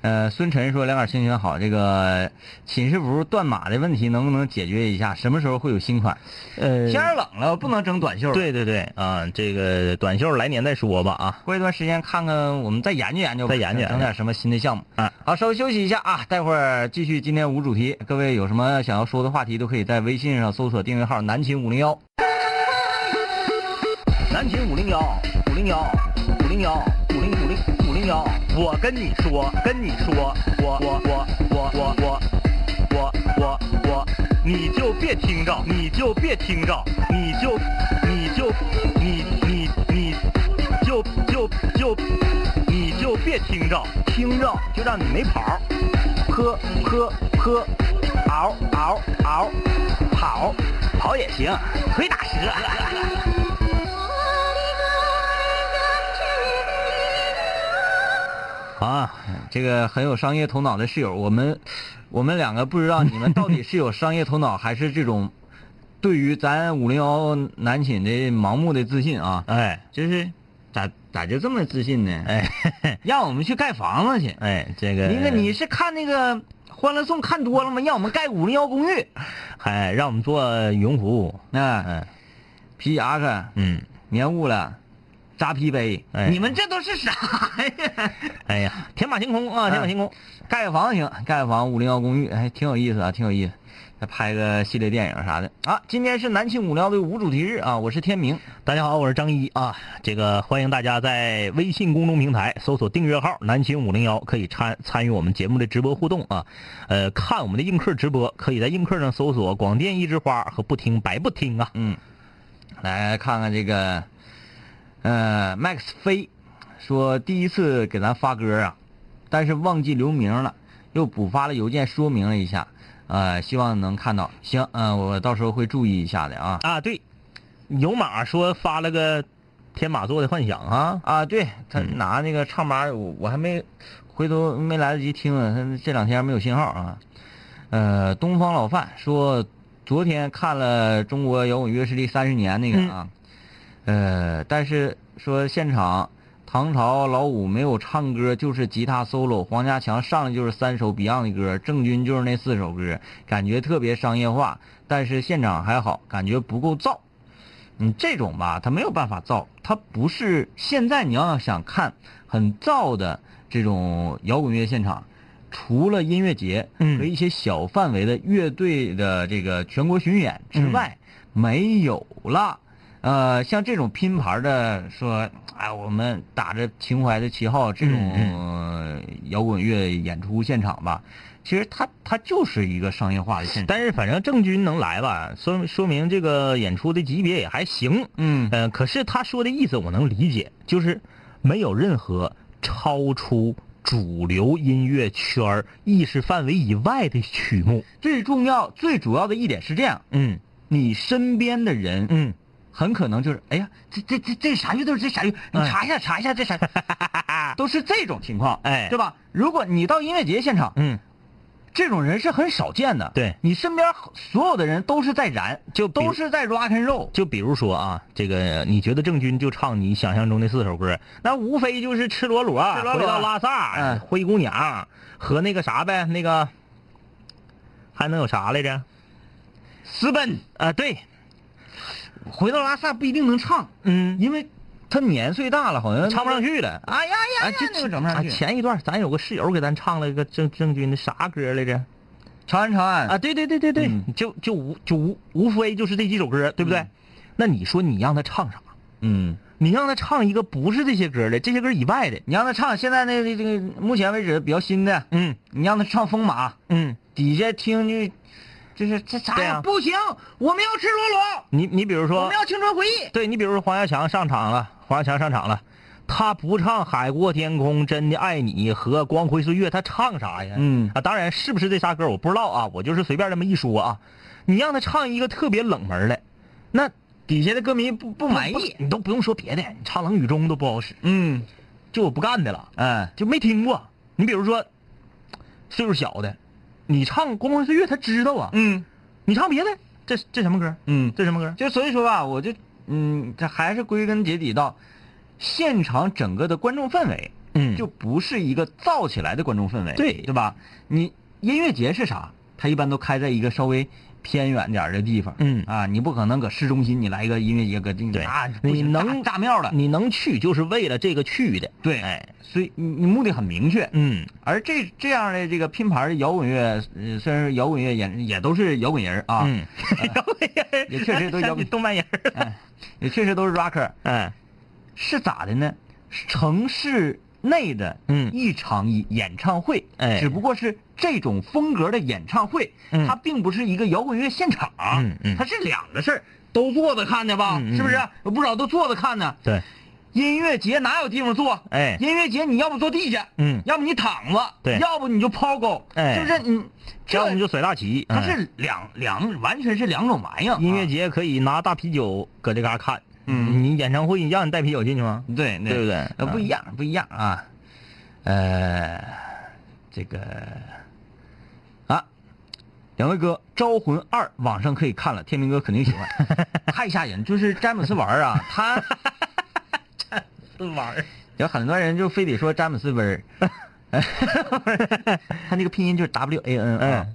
Speaker 3: 呃，孙晨说：“两杆清泉好，这个寝室服断码的问题能不能解决一下？什么时候会有新款？
Speaker 4: 呃
Speaker 3: 天儿冷了，不能整短袖。，
Speaker 4: 对对对啊，这个短袖来年再说吧啊。
Speaker 3: 过一段时间看看，我们再研究研究吧，
Speaker 4: 再研究研究
Speaker 3: 整点什么新的项目。
Speaker 4: 啊，
Speaker 3: 好，稍微休息一下啊，待会儿继续今天无主题。各位有什么想要说的话题，都可以在微信上搜索订阅号“南秦五零幺
Speaker 4: 南秦五零幺五零幺五零幺五零五零五零幺，我跟你说，跟你说，我我我我我我我我我，你就别听着，你就别听着，你就你就你你你就就就你就别听着，听着就让你没跑儿，喝喝喝，嗷嗷嗷，跑跑也行，腿打折。
Speaker 3: 啊，这个很有商业头脑的室友，我们我们两个不知道你们到底是有商业头脑，还是这种对于咱五零幺男寝这盲目的自信啊？
Speaker 4: 哎
Speaker 3: 就是咋咋就这么自信呢？
Speaker 4: 哎
Speaker 3: 让我们去盖房子去。
Speaker 4: 哎，这个
Speaker 3: 那个你是看那个《欢乐颂》看多了吗？让我们盖五零幺公寓。
Speaker 4: 哎，让我们做羽绒服务。
Speaker 3: 那
Speaker 4: 哎，
Speaker 3: 皮夹克、
Speaker 4: 嗯，
Speaker 3: 棉雾了，扎啤杯，
Speaker 4: 哎
Speaker 3: 你们这都是啥呀？
Speaker 4: 哎呀，天马行空啊，天马行空。
Speaker 3: 盖个房行，盖个房五零幺公寓，还挺有意思啊，挺有意思。再拍个系列电影啥的啊！今天是南庆五零幺的无主题日啊，我是天明。
Speaker 4: 大家好，我是张一啊。这个欢迎大家在微信公众平台搜索订阅号“南秦五零幺”，可以参参与我们节目的直播互动啊。呃，看我们的映客直播，可以在映客上搜索“广电一枝花”和“不听白不听”啊。
Speaker 3: 嗯，来看看这个，呃，Max 飞说第一次给咱发歌啊，但是忘记留名了，又补发了邮件说明了一下，呃，希望能看到。行，嗯、我到时候会注意一下的啊。
Speaker 4: 啊，对，有马说发了个天马座的幻想啊。
Speaker 3: 啊，对他拿那个唱吧，我我还没回头没来得及听呢，他这两天没有信号啊。呃，东方老范说，昨天看了《中国摇滚乐势力三十年》那个啊，
Speaker 4: 嗯
Speaker 3: 呃，但是说现场唐朝老五没有唱歌，就是吉他 solo，黄家强上来就是三首 Beyond 的歌，郑钧就是那四首歌，感觉特别商业化，但是现场还好，感觉不够燥。你嗯这种吧，它没有办法造，它不是现在你要想看很燥的这种摇滚乐现场，除了音乐节
Speaker 4: 嗯
Speaker 3: 和一些小范围的乐队的这个全国巡演之外，没有了。呃，像这种拼盘的说，哎，我们打着情怀的旗号，这
Speaker 4: 嗯
Speaker 3: 种、呃摇滚乐演出现场吧，其实它它就是一个商业化的现场。
Speaker 4: 但是反正郑钧能来吧，说说明这个演出的级别也还行。
Speaker 3: 嗯
Speaker 4: 呃，可是他说的意思我能理解，就是没有任何超出主流音乐圈儿意识范围以外的曲目。
Speaker 3: 最重要、最主要的一点是这样，
Speaker 4: 嗯
Speaker 3: 你身边的人，
Speaker 4: 嗯，
Speaker 3: 很可能就是，哎呀，这这这这啥乐队？这啥乐？你查一下，查一下，这啥？都是这种情况，
Speaker 4: 哎
Speaker 3: 对吧？如果你到音乐节现场，
Speaker 4: 嗯，
Speaker 3: 这种人是很少见的。
Speaker 4: 对
Speaker 3: 你身边所有的人都是在燃，
Speaker 4: 就比
Speaker 3: 都是在 rock and roll。
Speaker 4: 就比如说啊，这个你觉得郑钧就唱你想赤象中的四首歌，那无非就是《赤裸裸》
Speaker 3: 赤裸裸
Speaker 4: 回到拉萨》
Speaker 3: 嗯
Speaker 4: 灰姑娘》和那个啥呗，那个还能有啥来着？
Speaker 3: 私奔，
Speaker 4: 啊，对，
Speaker 3: 回到拉萨不一定能唱，
Speaker 4: 嗯，
Speaker 3: 因为他年岁大了，好像
Speaker 4: 唱不上。去了。
Speaker 3: 哎呀呀
Speaker 4: 啊，
Speaker 3: 呀，
Speaker 4: 这
Speaker 3: 那个整不上
Speaker 4: 啊
Speaker 3: 去。
Speaker 4: 前一段咱有个室友给咱唱了一个郑郑钧的啥歌来着？
Speaker 3: 长安，长安
Speaker 4: 啊，，对对对对对，
Speaker 3: 嗯
Speaker 4: 就就无就无无非就是这几首歌，对不对？
Speaker 3: 嗯
Speaker 4: 那你说你让他唱啥？
Speaker 3: 嗯。
Speaker 4: 你让他唱一个不是这些歌的，这些歌以外的。
Speaker 3: 你让他唱现在那个这个目前为止比较新的，
Speaker 4: 嗯
Speaker 3: 你让他唱《风马》，
Speaker 4: 嗯，
Speaker 3: 底下听就就是这啥
Speaker 4: 对
Speaker 3: 呀、
Speaker 4: 啊
Speaker 3: 不行，我们要赤裸裸，
Speaker 4: 你你比如
Speaker 3: 我
Speaker 4: 说
Speaker 3: 们，要青春回忆。
Speaker 4: 对你比如说黄家强上场了，黄家强上场了，他不唱《海阔天空》《真的爱你》和《光辉岁月》，他唱啥呀？
Speaker 3: 嗯
Speaker 4: 啊，当然是不是这仨歌我不知道啊，我就是随便这么一说啊。你让他唱一个特别冷门的，那
Speaker 3: 底下的歌迷不不满
Speaker 4: 不
Speaker 3: 意。
Speaker 4: 你都不用说别的，你唱《冷雨中》都不好使，
Speaker 3: 嗯，
Speaker 4: 就我不干的了。啊
Speaker 3: 哎，
Speaker 4: 就没听过。你比如说，岁数小的，你唱《光辉岁月》，他知道啊。
Speaker 3: 嗯
Speaker 4: 你唱别的，这这什么歌？
Speaker 3: 嗯，
Speaker 4: 这什么歌？
Speaker 3: 就所以说吧，我就嗯，这还是归根结底到现场整个的观众氛围，
Speaker 4: 嗯
Speaker 3: 就
Speaker 4: 就
Speaker 3: 不是一个造起来的观众氛围，
Speaker 4: 对
Speaker 3: 对吧？你音乐节是啥？它一般都开在一个稍微偏远点儿的地方，
Speaker 4: 嗯
Speaker 3: 啊，你不可能搁市中心你来一个音乐节，搁这
Speaker 4: 对
Speaker 3: 啊，不
Speaker 4: 你
Speaker 3: 行炸
Speaker 4: 能
Speaker 3: 炸庙了，
Speaker 4: 你能去，就是为了这个去的。
Speaker 3: 对
Speaker 4: 哎，
Speaker 3: 所以你你目的很明确。
Speaker 4: 嗯，
Speaker 3: 而这这样的这个拼盘的摇滚乐，呃虽然是摇滚乐演也都是摇滚人儿啊，
Speaker 4: 嗯，摇滚人
Speaker 3: 也确实 都摇嗯滚
Speaker 4: 动漫人儿。
Speaker 3: 哎也确实都是 rocker，
Speaker 4: 哎，
Speaker 3: 是咋的呢？是城市内的
Speaker 4: 嗯
Speaker 3: 一场演唱会，
Speaker 4: 哎
Speaker 3: 只不过是这种风格的演唱会，
Speaker 4: 嗯
Speaker 3: 它并不是一个摇滚乐现场，
Speaker 4: 嗯嗯
Speaker 3: 它是两个事儿，都坐着看的吧，
Speaker 4: 嗯嗯
Speaker 3: 是不是？我不少都坐着看呢。
Speaker 4: 对，
Speaker 3: 音乐节哪有地方坐？
Speaker 4: 哎
Speaker 3: 音乐节你要不坐地下，
Speaker 4: 嗯
Speaker 3: 要不你躺着，
Speaker 4: 对
Speaker 3: 要不你就抛钩，
Speaker 4: 哎
Speaker 3: 是不是？你这
Speaker 4: 要不你就甩大旗。
Speaker 3: 它
Speaker 4: 嗯
Speaker 3: 是两两完全是两种玩意儿啊。
Speaker 4: 音乐节可以拿大啤酒搁这嘎看，
Speaker 3: 嗯
Speaker 4: 你演唱会你让你带啤酒进去吗？
Speaker 3: 对
Speaker 4: 对不对
Speaker 3: 呃，不一样，不一样啊。呃，这个啊，两位哥，《招魂二》网上可以看了，天明哥肯定喜欢， 太吓人。就是詹姆斯玩儿啊，他
Speaker 4: 玩
Speaker 3: 有很多人就非得说詹姆斯温儿， 他那个拼音就是 W A N 啊，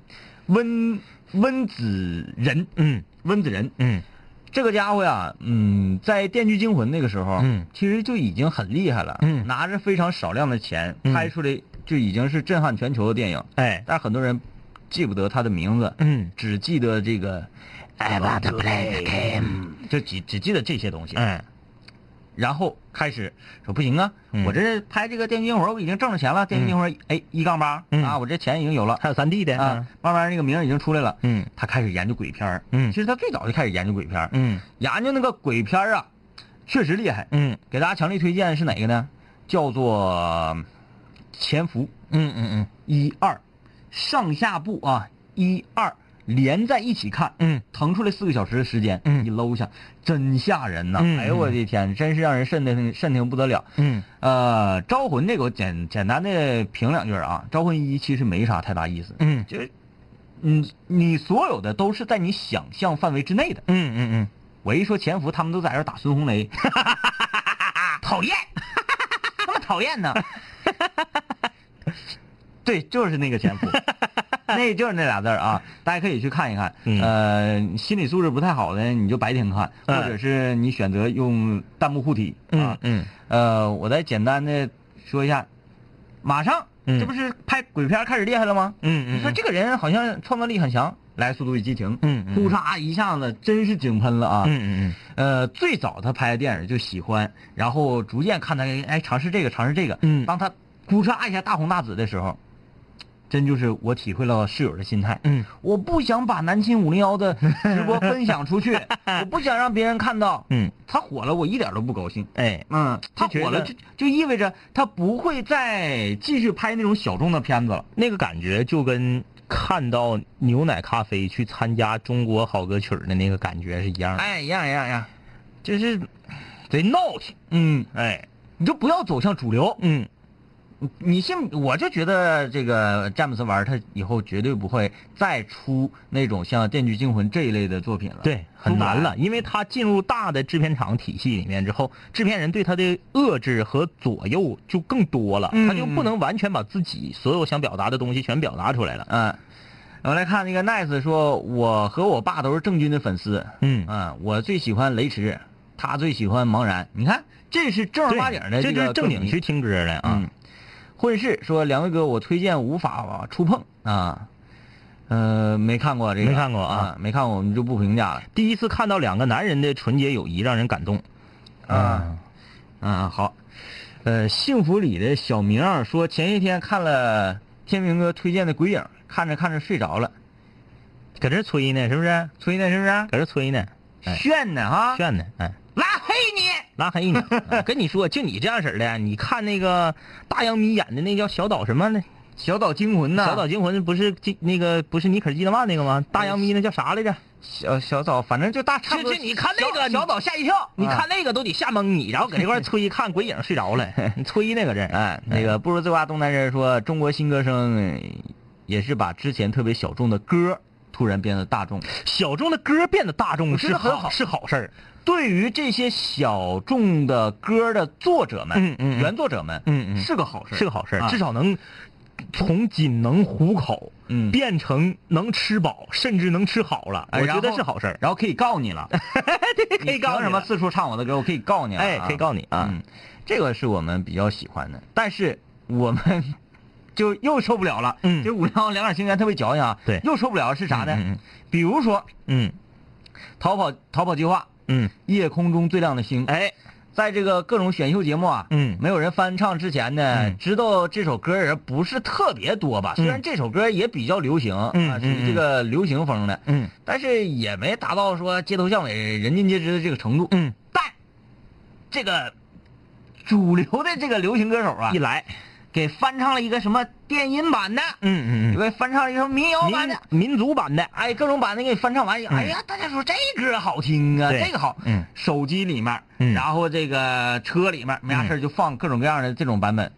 Speaker 3: 温温子仁，
Speaker 4: 嗯
Speaker 3: 温子仁，
Speaker 4: 嗯
Speaker 3: 这个家伙呀，嗯，在《电锯惊魂》那个时候，
Speaker 4: 嗯
Speaker 3: 其实就已经很厉害了，
Speaker 4: 嗯
Speaker 3: 拿着非常少量的钱、
Speaker 4: 嗯
Speaker 3: 拍出来，就已经是震撼全球的电影。
Speaker 4: 哎
Speaker 3: 但是很多人记不得他的名字，
Speaker 4: 嗯
Speaker 3: 只记得这个 I want to play the game，就只只记得这些东西。
Speaker 4: 哎
Speaker 3: 然后开始说不行啊，
Speaker 4: 嗯
Speaker 3: 我这拍这个《电锯惊魂》，我已经挣了钱了，《电锯惊魂》哎一杠八
Speaker 4: 嗯
Speaker 3: 啊，我这钱已经有了
Speaker 4: 还有三 D 的
Speaker 3: 啊，，慢慢这个名儿已经出来了。
Speaker 4: 嗯
Speaker 3: 他开始研究鬼片儿
Speaker 4: 嗯
Speaker 3: 其实他最早就开始研究鬼片儿
Speaker 4: 嗯
Speaker 3: 研究那个鬼片儿啊，确实厉害。
Speaker 4: 嗯
Speaker 3: 给大家强力推荐是哪个呢？叫做《潜伏》
Speaker 4: 嗯嗯
Speaker 3: 一二，上下部啊一二连在一起看，
Speaker 4: 嗯
Speaker 3: 腾出来四个小时的时间，
Speaker 4: 嗯
Speaker 3: 你搂一下，真吓人呐！
Speaker 4: 嗯
Speaker 3: 哎呦我的天，真是让人瘆得很瘆得很不得了。
Speaker 4: 嗯
Speaker 3: 呃，《招魂》这个我简简单的评两句啊，《招魂一》其实没啥太大意思，
Speaker 4: 嗯
Speaker 3: 就是嗯，你所有的都是在你想象范围之内的。
Speaker 4: 嗯嗯
Speaker 3: 我一说潜伏，他们都在这儿打孙红雷，讨厌，那么讨厌呢？ 对，就是那个潜伏，那就是那俩字儿啊，大家可以去看一看。
Speaker 4: 嗯
Speaker 3: 呃，心理素质不太好的，你就白天看，
Speaker 4: 嗯
Speaker 3: 或者是你选择用弹幕护体啊
Speaker 4: 嗯。嗯
Speaker 3: 呃，我再简单的说一下，马上、
Speaker 4: 嗯
Speaker 3: 这不是拍鬼片开始厉害了吗？
Speaker 4: 嗯
Speaker 3: 你说这个人好像创造力很强，来《速度与激情》，
Speaker 4: 嗯嗯
Speaker 3: 呼嚓一下子真是井喷了啊！
Speaker 4: 嗯嗯
Speaker 3: 呃，最早他拍的电影就喜欢，然后逐渐看他哎尝试这个尝试这个，
Speaker 4: 嗯
Speaker 3: 当他呼嚓一下大红大紫的时候，真就是我体会到室友的心态，
Speaker 4: 嗯
Speaker 3: 我不想把南青五零幺的直播分享出 去，我不想让别人看到，
Speaker 4: 嗯，
Speaker 3: 他火了我一点都不高兴，
Speaker 4: 哎
Speaker 3: 嗯，他
Speaker 4: 就觉
Speaker 3: 火了
Speaker 4: 得
Speaker 3: 就就意味着他不会再继续拍那种小众的片子了，
Speaker 4: 那个感觉就跟看到牛奶咖啡去参加中国好歌曲的那个感觉是一样的，
Speaker 3: 哎呀呀呀，
Speaker 4: 就是得闹挺，
Speaker 3: 嗯，
Speaker 4: 哎
Speaker 3: 你就不要走向主流，
Speaker 4: 嗯
Speaker 3: 你信？我就觉得这个詹姆斯玩儿他以后绝对不会再出那种像《电锯惊魂》这一类的作品了。
Speaker 4: 对很难了，因为他进入大的制片厂体系里面之后，制片人对他的遏制和左右就更多了，他就不能完全把自己所有想表达的东西全表达出来了，
Speaker 3: 嗯，我来看那个 Nice 说，我和我爸都是郑钧的粉丝。
Speaker 4: 嗯
Speaker 3: 嗯，我最喜欢雷驰，他最喜欢茫然。你看，这是正儿
Speaker 4: 对
Speaker 3: 八经的个
Speaker 4: 这就是正
Speaker 3: 歌
Speaker 4: 经
Speaker 3: 迷
Speaker 4: 去听歌了啊，
Speaker 3: 嗯，混世说两位哥，我推荐《无法触碰》啊，呃，没看过这个，
Speaker 4: 没看过啊
Speaker 3: 啊，没看过，我们就不评价了。
Speaker 4: 第一次看到两个男人的纯洁友谊，让人感动。
Speaker 3: 啊，
Speaker 4: 嗯
Speaker 3: 啊好，呃，幸福里的小明
Speaker 4: 啊
Speaker 3: 儿说，前些天看
Speaker 4: 哎
Speaker 3: 了天明哥推荐的《鬼影》，看着看着睡着了，
Speaker 4: 搁这吹呢，是不是？
Speaker 3: 吹呢是不是？
Speaker 4: 搁这吹呢，哎
Speaker 3: 炫呢哈，
Speaker 4: 炫呢，哎，
Speaker 3: 拉黑你！
Speaker 4: 拉 黑你！啊跟你说，就你这样式儿的，你看那个大洋迷演的那叫小岛什么呢？
Speaker 3: 小岛惊魂呐，哎
Speaker 4: 小岛惊魂不是基那个不是尼可基德曼那个吗？大洋迷那叫啥来着？
Speaker 3: 小小岛，反正就大差不多。
Speaker 4: 这这你看那个
Speaker 3: 小
Speaker 4: 你
Speaker 3: 小岛吓一跳，
Speaker 4: 你看
Speaker 3: 啊。
Speaker 4: 那个都得吓懵你，然后搁这块儿吹，看鬼影 睡着了，你吹那个这，
Speaker 3: 哎，那个不如最瓜东南人说，中国新歌声呃也是把之前特别小众的歌突然变得大众。
Speaker 4: 小众的歌变得大众
Speaker 3: 我觉
Speaker 4: 是
Speaker 3: 得很好
Speaker 4: 是好事儿。
Speaker 3: 对于这些小众的歌的作者们，
Speaker 4: 嗯嗯嗯
Speaker 3: 原作者们，
Speaker 4: 嗯嗯
Speaker 3: 是个好事儿，
Speaker 4: 是个好事
Speaker 3: 啊
Speaker 4: 儿，至少能从仅能糊口，
Speaker 3: 嗯
Speaker 4: 变成能吃饱，甚至能吃好了。
Speaker 3: 哎
Speaker 4: 我觉
Speaker 3: 然
Speaker 4: 得
Speaker 3: 后
Speaker 4: 是好事儿，
Speaker 3: 然后可以告你 了，
Speaker 4: 可以
Speaker 3: 你
Speaker 4: 告
Speaker 3: 凭
Speaker 4: 你
Speaker 3: 什么
Speaker 4: 了
Speaker 3: 四处唱我的歌，我可以告你了啊，
Speaker 4: 哎可以告你啊
Speaker 3: 嗯，这个是我们比较喜欢的，但是我们就又受不了了，
Speaker 4: 嗯
Speaker 3: 这五幺两杆青年特别矫情啊，
Speaker 4: 对
Speaker 3: 又受不了是啥呢？
Speaker 4: 嗯嗯嗯
Speaker 3: 比如说
Speaker 4: 嗯
Speaker 3: 逃跑逃跑计划，
Speaker 4: 嗯
Speaker 3: 夜空中最亮的星，
Speaker 4: 哎，
Speaker 3: 在这个各种选秀节目啊，
Speaker 4: 嗯
Speaker 3: 没有人翻唱之前呢，
Speaker 4: 嗯
Speaker 3: 知道这首歌人不是特别多吧？虽然这首歌也比较流行，
Speaker 4: 嗯
Speaker 3: 啊，属
Speaker 4: 嗯
Speaker 3: 于这个流行风的，
Speaker 4: 嗯
Speaker 3: 但是也没达到说街头巷尾人尽皆知的这个程度。
Speaker 4: 嗯，
Speaker 3: 但这个主流的这个流行歌手啊
Speaker 4: 一，来，
Speaker 3: 给翻唱了一个什么电音版的，
Speaker 4: 嗯嗯
Speaker 3: 给翻唱了一首民谣版的
Speaker 4: 嗯，，民民族版的，
Speaker 3: 哎，各种版的给翻唱完，哎呀，大家说这歌好听啊，
Speaker 4: 对
Speaker 3: 这个好，
Speaker 4: 嗯，
Speaker 3: 手机里面，
Speaker 4: 嗯
Speaker 3: 然后这个车里面没啥事儿就放各种各样的这种版本，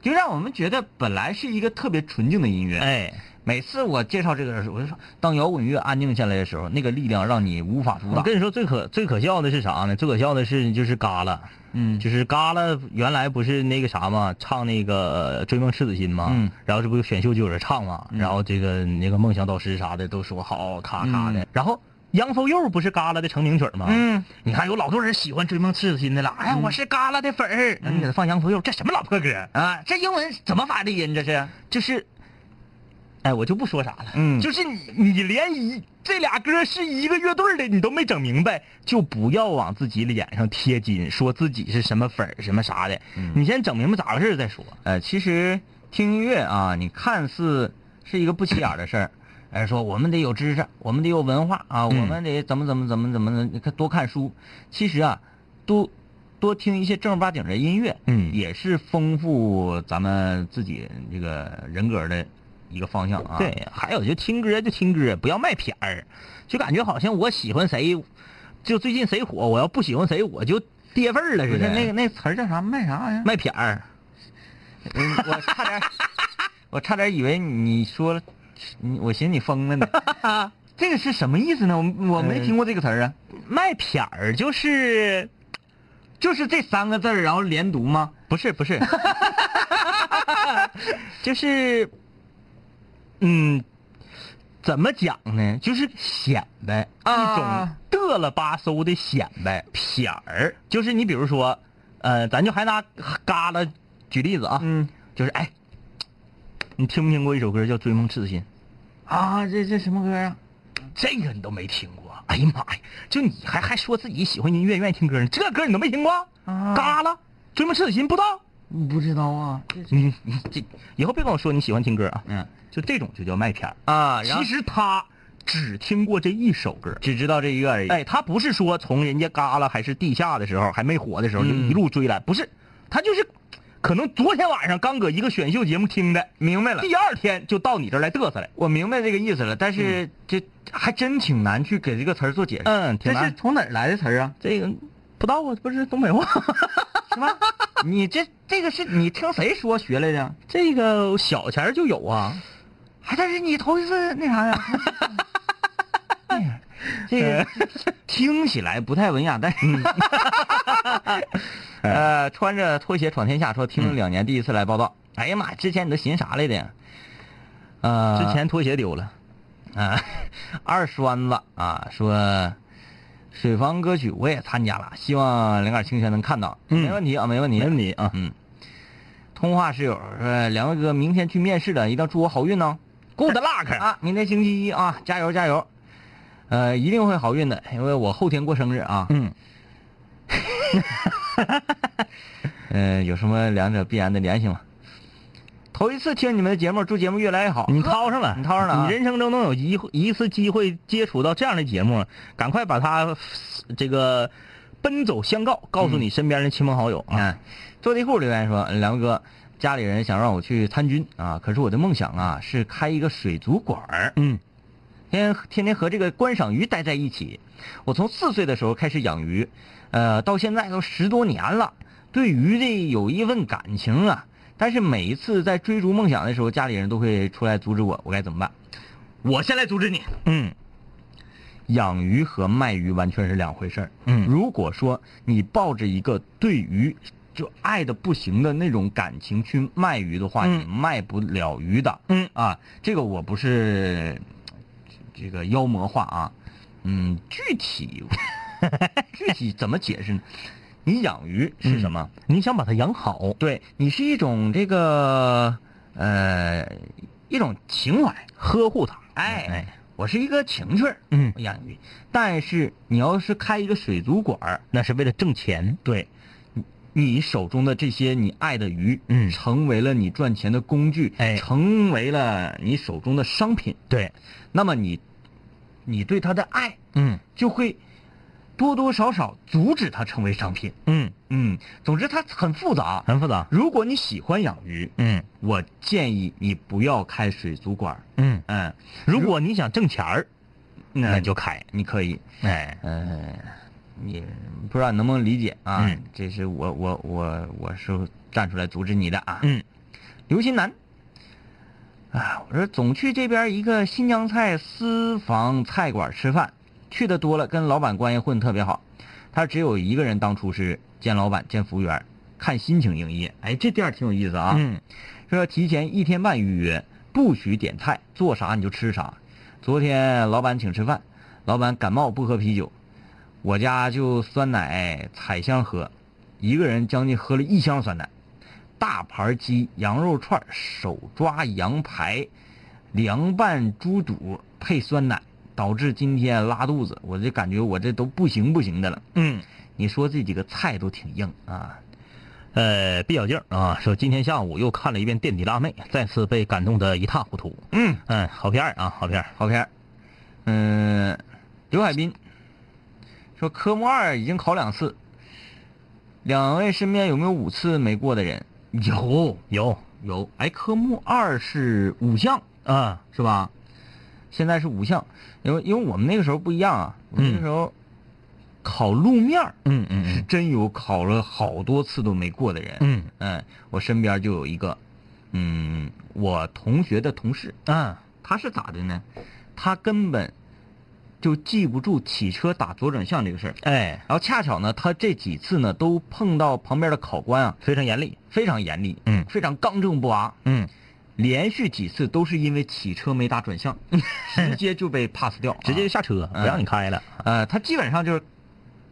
Speaker 3: 就让我们觉得本来是一个特别纯净的音乐，
Speaker 4: 哎，
Speaker 3: 每次我介绍这个的时候，我就说，当摇滚乐安静下来的时候，那个力量让你无法阻
Speaker 4: 我
Speaker 3: 挡。
Speaker 4: 跟你说最可最可笑的是啥呢？最可笑的是就是嘎啦，
Speaker 3: 嗯
Speaker 4: 就是嘎啦原来不是那个啥嘛，唱那个呃《追梦赤子心》嘛，
Speaker 3: 嗯
Speaker 4: 然后这不选秀就有人唱嘛，
Speaker 3: 嗯
Speaker 4: 然后这个那个梦想导师啥的都说好，咔咔的，
Speaker 3: 嗯
Speaker 4: 然后。Young for You 不是嘎啦的成名曲吗？
Speaker 3: 嗯，
Speaker 4: 你看有老多人喜欢《追梦赤子心》的了。哎呀，我是嘎啦的粉儿，那
Speaker 3: 嗯
Speaker 4: 你给他放 Young for You，这什么老破歌儿？
Speaker 3: 啊，这英文怎么发的音？这是
Speaker 4: 就是，哎，我就不说啥了。
Speaker 3: 嗯
Speaker 4: 就是你你连一这俩歌是一个乐队的，你都没整明白，就不要往自己脸上贴金，说自己是什么粉儿什么啥的。
Speaker 3: 嗯
Speaker 4: 你先整明白咋回事儿再说。
Speaker 3: 呃，其实听音乐啊，你看似是一个不起眼的事儿，哎，说我们得有知识，我们得有文化啊，我们得怎么怎么怎么怎么的，你看多看书。其实啊，多多听一些正儿八经的音乐，
Speaker 4: 嗯
Speaker 3: 也是丰富咱们自己这个人格的一个方向啊。
Speaker 4: 对，还有就听歌就听歌，不要卖片儿，就感觉好像我喜欢谁，就最近谁火，我要不喜欢谁我就跌份儿了
Speaker 3: 不
Speaker 4: 似
Speaker 3: 是
Speaker 4: 的。
Speaker 3: 那个那词儿叫啥卖啥呀？
Speaker 4: 卖片儿，
Speaker 3: 嗯我差点，我差点以为你说了，你我寻思你疯了呢。 这个是什么意思呢？我我
Speaker 4: 嗯
Speaker 3: 没听过这个词儿啊。
Speaker 4: 卖片儿就是
Speaker 3: 就是这三个字儿，然后连读吗？
Speaker 4: 不是不 是， 就是，嗯，怎么讲呢？就是显摆，
Speaker 3: 啊
Speaker 4: 一种嘚了吧嗖的显摆，撇儿。就是你比如说，呃，咱就还拿嘎啦举例子啊，
Speaker 3: 嗯，
Speaker 4: 就是哎，你听没听过一首歌叫《追梦赤子心》？
Speaker 3: 啊，这这什么歌啊？
Speaker 4: 这个你都没听过？哎呀妈呀！就你还还说自己喜欢音乐，愿意听歌呢？这歌你都没听过？
Speaker 3: 啊
Speaker 4: 嘎啦，《追梦赤子心》不知道？
Speaker 3: 不知道啊。这
Speaker 4: 你你这以后别跟我说你喜欢听歌啊，
Speaker 3: 嗯
Speaker 4: 就这种就叫卖片儿。
Speaker 3: 啊，然后
Speaker 4: 其实他只听过这一首歌，
Speaker 3: 只知道这一个而已。
Speaker 4: 哎，他不是说从人家旮旯还是地下的时候还没火的时候就
Speaker 3: 嗯
Speaker 4: 一路追来，不是，他就是可能昨天晚上刚搁一个选秀节目听的，
Speaker 3: 明白了，
Speaker 4: 第二天就到你这儿来嘚瑟来。
Speaker 3: 嗯我明白这个意思了，但是这还真挺难去给这个词儿做解释。
Speaker 4: 嗯，挺
Speaker 3: 这是
Speaker 4: 难。
Speaker 3: 从哪儿来的词儿啊？
Speaker 4: 这个不知道啊，不是东北话。
Speaker 3: 是吧？你这这个是你听谁说学来的？
Speaker 4: 这个小前儿就有啊，
Speaker 3: 还但是你头一次那啥 呀？哎呀，这个
Speaker 4: 嗯
Speaker 3: 听起来不太文雅，但是，
Speaker 4: 哎
Speaker 3: 呃，穿着拖鞋闯天下说
Speaker 4: 嗯
Speaker 3: 听了两年，第一次来报道。哎呀妈，之前你都寻啥来的呀？呃，
Speaker 4: 之前拖鞋丢了。
Speaker 3: 啊，二栓子啊说，水房歌曲我也参加了，希望灵感清泉能看到，
Speaker 4: 嗯
Speaker 3: 没问题啊，没问题，
Speaker 4: 没问题啊
Speaker 3: 嗯，通话室友说，两位哥明天去面试的，一定要祝我好运呢、
Speaker 4: Good luck
Speaker 3: 啊，明天星期一啊，加油加油，呃，一定会好运的，因为我后天过生日啊，
Speaker 4: 嗯，
Speaker 3: 呃，有什么两者必然的联系吗？头一次听你们的节目，祝节目越来越好。
Speaker 4: 你掏上了，
Speaker 3: 你掏上了啊
Speaker 4: 你人生中能有一一次机会接触到这样的节目，赶快把它这个奔走相告，告诉你身边的亲朋好友啊。
Speaker 3: 嗯，坐地库留言说：“梁哥，家里人想让我去参军啊，可是我的梦想啊是开一个水族馆儿，
Speaker 4: 嗯，
Speaker 3: 天天天和这个观赏鱼待在一起。我从四岁的时候开始养鱼，呃，到现在都十多年了，对鱼这有一份感情啊。但是每一次在追逐梦想的时候，家里人都会出来阻止我，我该怎么办？
Speaker 4: 我先来阻止你。嗯
Speaker 3: 养鱼和卖鱼完全是两回事儿。
Speaker 4: 嗯
Speaker 3: 如果说你抱着一个对鱼就爱的不行的那种感情去卖鱼的话，
Speaker 4: 嗯
Speaker 3: 你卖不了鱼的。
Speaker 4: 嗯
Speaker 3: 啊，这个我不是这个妖魔化啊，嗯，具体 具体怎么解释呢？你养鱼是什么？
Speaker 4: 你想把它养好，
Speaker 3: 对你是一种这个呃一种情怀，
Speaker 4: 呵护它。
Speaker 3: 哎，
Speaker 4: 哎，
Speaker 3: 我是一个情趣儿，
Speaker 4: 嗯
Speaker 3: 我养鱼。但是你要是开一个水族馆儿
Speaker 4: 那是为了挣钱。
Speaker 3: 对，你手中的这些你爱的鱼，
Speaker 4: 嗯
Speaker 3: 成为了你赚钱的工具，
Speaker 4: 哎
Speaker 3: 成为了你手中的商品。
Speaker 4: 对，
Speaker 3: 那么你，你对它的爱
Speaker 4: 嗯
Speaker 3: 就会多多少少阻止它成为商品。
Speaker 4: 嗯，
Speaker 3: 嗯，总之它很复杂。
Speaker 4: 很复杂，
Speaker 3: 如果你喜欢养鱼，
Speaker 4: 嗯
Speaker 3: 我建议你不要开水族馆儿。
Speaker 4: 嗯，
Speaker 3: 嗯，
Speaker 4: 如果你想挣钱儿，那
Speaker 3: 那
Speaker 4: 你就开，
Speaker 3: 你可以，
Speaker 4: 哎，
Speaker 3: 嗯，你不知道你能不能理解啊？
Speaker 4: 嗯
Speaker 3: 这是我我我我是站出来阻止你的啊。
Speaker 4: 嗯
Speaker 3: 刘新南，啊，我说总去这边一个新疆菜私房菜馆吃饭，去的多了，跟老板关系混特别好。他只有一个人当厨师，兼老板兼服务员，看心情营业。哎，这店儿挺有意思啊。
Speaker 4: 嗯
Speaker 3: 说提前一天半预约，不许点菜，做啥你就吃啥。昨天老板请吃饭，老板感冒不喝啤酒，我家就酸奶彩香喝，一个人将近喝了一箱酸奶，大盘鸡、羊肉串、手抓羊排、凉拌猪肚配酸奶，导致今天拉肚子，我就感觉我这都不行不行的了。
Speaker 4: 嗯，
Speaker 3: 你说这几个菜都挺硬啊，
Speaker 4: 呃，毕小静啊，说今天下午又看了一遍《垫底辣妹》，再次被感动的一塌糊涂。
Speaker 3: 嗯，
Speaker 4: 嗯，好片儿啊，好片儿。
Speaker 3: 好片儿。嗯，刘海滨说科目二已经考两次，两位身边有没有五次没过的人？有
Speaker 4: 有
Speaker 3: 有，哎，科目二是五项
Speaker 4: 啊，
Speaker 3: 是吧？现在是五项，因为因为我们那个时候不一样啊，我们那个时候考路面儿
Speaker 4: 嗯
Speaker 3: 是
Speaker 4: 嗯
Speaker 3: 真有考了好多次都没过的人。
Speaker 4: 嗯
Speaker 3: 嗯，我身边就有一个，嗯，我同学的同事，
Speaker 4: 嗯啊，
Speaker 3: 他是咋的呢？他根本就记不住骑车打左转向这个事儿。
Speaker 4: 哎，
Speaker 3: 然后恰巧呢，他这几次呢都碰到旁边的考官啊，
Speaker 4: 非常严厉。
Speaker 3: 非常严厉，
Speaker 4: 嗯
Speaker 3: 非常刚正不阿，
Speaker 4: 嗯，
Speaker 3: 连续几次都是因为骑车没打转向，直接就被 pass 掉啊，
Speaker 4: 嗯 直接下车，不让你开了。
Speaker 3: 呃，他基本上就是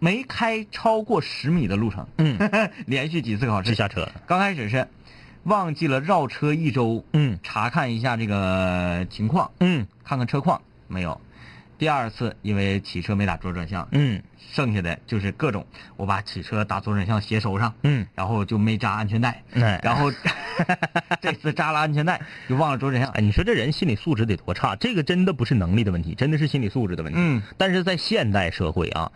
Speaker 3: 没开超过十米的路程，
Speaker 4: 嗯，
Speaker 3: 连续几次考试
Speaker 4: 直下车。
Speaker 3: 刚开始是忘记了绕车一周，
Speaker 4: 嗯
Speaker 3: 查看一下这个情况，
Speaker 4: 嗯
Speaker 3: 看看车况没有。第二次因为骑车没打左转向，
Speaker 4: 嗯
Speaker 3: 剩下的就是各种我把骑车打左转向斜手上，
Speaker 4: 嗯，
Speaker 3: 然后就没扎安全带，
Speaker 4: 哎，
Speaker 3: 然后 这次扎了安全带就忘了左转向。
Speaker 4: 哎，你说这人心理素质得多差？这个真的不是能力的问题，真的是心理素质的问题。
Speaker 3: 嗯，
Speaker 4: 但是在现代社会啊，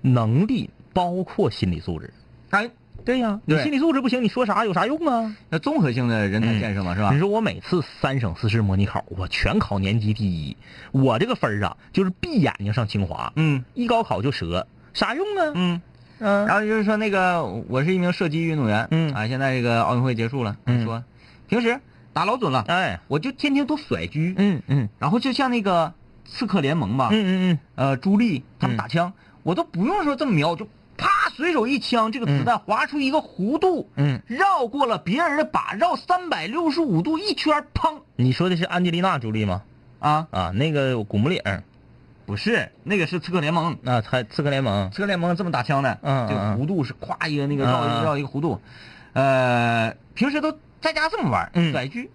Speaker 4: 能力包括心理素质。
Speaker 3: 哎，
Speaker 4: 对呀、你
Speaker 3: 对
Speaker 4: 心理素质不行，你说啥有啥用啊？
Speaker 3: 那综合性的人才建设嘛，是吧
Speaker 4: 你？说我每次三省四市模拟考，我全考年级第一，我这个分儿啊，就是闭眼睛上清华，
Speaker 3: 嗯
Speaker 4: 一高考就折，啥用啊？
Speaker 3: 嗯。
Speaker 4: 嗯
Speaker 3: 然后就是说那个，我是一名射击运动员，
Speaker 4: 嗯
Speaker 3: 啊，现在这个奥运会结束了，
Speaker 4: 嗯
Speaker 3: 说平时打老准了，
Speaker 4: 哎，
Speaker 3: 我就天天都甩狙，
Speaker 4: 嗯嗯
Speaker 3: 然后就像那个刺客联盟吧，
Speaker 4: 嗯嗯
Speaker 3: 呃，朱莉他们打枪，我都不用说这么瞄，就啪随手一枪，这个子弹划出一个弧度，
Speaker 4: 嗯，
Speaker 3: 绕过了别人的靶，绕三百六十五度一圈，砰
Speaker 4: 你说的是安吉丽娜·朱莉吗？
Speaker 3: 啊！
Speaker 4: 啊，那个古墓丽影，
Speaker 3: 不是，那个是刺客联盟，
Speaker 4: 啊，她《刺客联盟
Speaker 3: 刺客联盟这么打枪的，
Speaker 4: 嗯
Speaker 3: 这个
Speaker 4: 嗯嗯
Speaker 3: 弧度是咵一个那个绕一
Speaker 4: 嗯嗯
Speaker 3: 个
Speaker 4: 嗯
Speaker 3: 绕一个弧度，呃，平时都在家这么玩，
Speaker 4: 嗯
Speaker 3: 甩狙，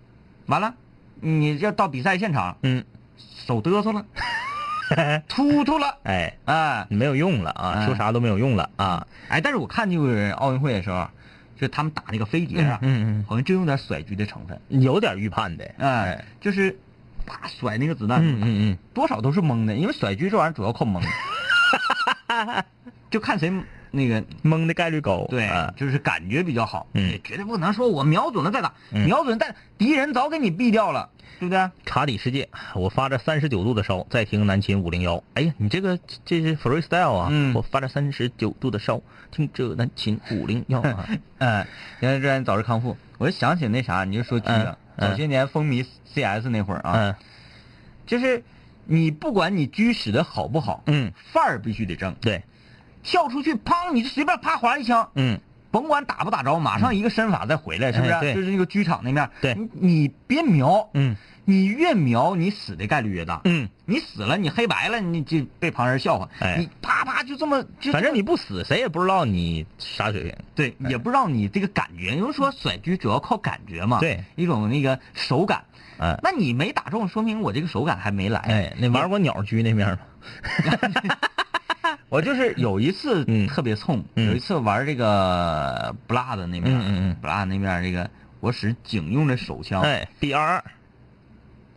Speaker 3: 完了，你要到比赛现场》，，
Speaker 4: 嗯，
Speaker 3: 手嘚瑟了，突突了，
Speaker 4: 哎，
Speaker 3: 哎。
Speaker 4: 没有用了啊，
Speaker 3: 哎
Speaker 4: 说啥都没有用了啊。
Speaker 3: 哎，但是我看就是奥运会的时候，啊就他们打那个飞碟啊，
Speaker 4: 嗯
Speaker 3: 好像真有点甩狙的成分。
Speaker 4: 嗯，有点预判的。
Speaker 3: 哎，就是啪甩那个子弹，
Speaker 4: 嗯嗯
Speaker 3: 多少都是蒙的，因为甩狙这玩意儿主要靠蒙， 就看谁那个
Speaker 4: 嗯，蒙的概率高。
Speaker 3: 对，
Speaker 4: 啊
Speaker 3: 就是感觉比较好。
Speaker 4: 嗯
Speaker 3: 也绝对不能说我瞄准了再打，
Speaker 4: 嗯
Speaker 3: 瞄准但敌人早给你毙掉了，对不对？
Speaker 4: 茶底世界，我发着三十九度的烧，在听南秦五零幺。哎呀，你这个这是 freestyle 啊！
Speaker 3: 嗯
Speaker 4: 我发着三十九度的烧，听着南秦五零幺 啊。
Speaker 3: 嗯，原来这早日康复。我就想起那啥，你就说狙啊，
Speaker 4: 嗯嗯
Speaker 3: 早些年风靡 CS 那会儿啊，
Speaker 4: 嗯
Speaker 3: 就是你不管你狙使的好不好，
Speaker 4: 嗯，
Speaker 3: 范儿必须得正，
Speaker 4: 对，
Speaker 3: 跳出去，砰，你就随便啪划一枪，
Speaker 4: 嗯
Speaker 3: 甭管打不打着，马上一个身法再回来，是不是？啊
Speaker 4: 哎对
Speaker 3: 就是那个狙场那面，
Speaker 4: 对
Speaker 3: 你你别瞄，
Speaker 4: 嗯
Speaker 3: 你越瞄你死的概率越大，
Speaker 4: 嗯，
Speaker 3: 你死了你黑白了，你就被旁人笑话，
Speaker 4: 哎
Speaker 3: 你啪啪就这么，就
Speaker 4: 反
Speaker 3: 这
Speaker 4: 正
Speaker 3: 么
Speaker 4: 你不死，谁也不知道你啥水平。哎
Speaker 3: 对，也不知道你这个感觉，因为说甩狙主要靠感觉嘛，
Speaker 4: 对，
Speaker 3: 一种那个手感，
Speaker 4: 哎
Speaker 3: 那你没打中，说明我这个手感还没来，
Speaker 4: 哎，那玩过鸟居那面吗？
Speaker 3: 我就是有一次
Speaker 4: 嗯
Speaker 3: 特别冲，
Speaker 4: 嗯
Speaker 3: 有一次玩这个布拉的那边，
Speaker 4: 嗯嗯嗯
Speaker 3: 布拉那边这个我使警用的手枪，
Speaker 4: 哎，B 二二，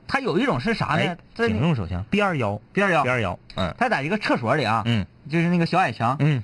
Speaker 3: 它有一种是啥呢
Speaker 4: 哎？，
Speaker 3: 在
Speaker 4: 警用手枪，B 二幺
Speaker 3: 边儿上
Speaker 4: ，B 二幺，嗯
Speaker 3: 它在一个厕所里啊，
Speaker 4: 嗯
Speaker 3: 就是那个小矮墙，
Speaker 4: 嗯，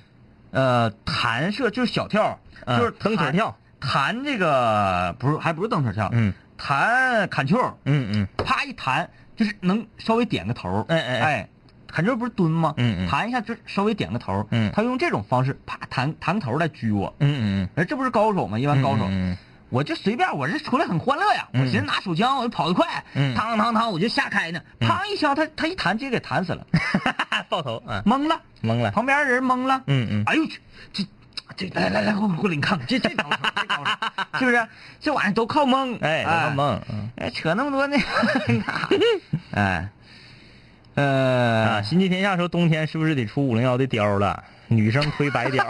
Speaker 3: 呃，弹射就是小跳，
Speaker 4: 嗯
Speaker 3: 就是
Speaker 4: 蹬腿
Speaker 3: 弹
Speaker 4: 跳，
Speaker 3: 弹这个不是还不是蹬腿跳，
Speaker 4: 嗯
Speaker 3: 弹砍球，
Speaker 4: 嗯嗯
Speaker 3: 啪一弹就是能稍微点个头儿，
Speaker 4: 哎哎哎
Speaker 3: 哎，砍球不是蹲吗？
Speaker 4: 嗯嗯
Speaker 3: 弹一下就稍微点个头儿，
Speaker 4: 嗯
Speaker 3: 他用这种方式啪弹弹个头儿来狙我，
Speaker 4: 嗯嗯
Speaker 3: 哎，这不是高手吗？一般
Speaker 4: 嗯，
Speaker 3: 高手，
Speaker 4: 嗯
Speaker 3: 我就随便，我是出来很欢乐呀，我
Speaker 4: 嗯
Speaker 3: 寻思拿手枪我就跑得快，
Speaker 4: 嗯
Speaker 3: 嘡嘡嘡我就下开呢，
Speaker 4: 嗯
Speaker 3: 砰一枪，他他一弹直接给弹死了，
Speaker 4: 嗯爆头，嗯，
Speaker 3: 懵了，
Speaker 4: 懵了，
Speaker 3: 旁边人懵了，
Speaker 4: 嗯嗯，
Speaker 3: 哎呦我去，这这来来来，过来过来，你看看这这高手，这 高手，是不是？这玩意儿都靠蒙，
Speaker 4: 哎，
Speaker 3: 哎
Speaker 4: 我懵，嗯
Speaker 3: 哎，扯那么多那 个干啥，哎，
Speaker 4: 啊，
Speaker 3: 呃，
Speaker 4: 新际天下说冬天是不是得出五零幺的貂了？女生推白貂，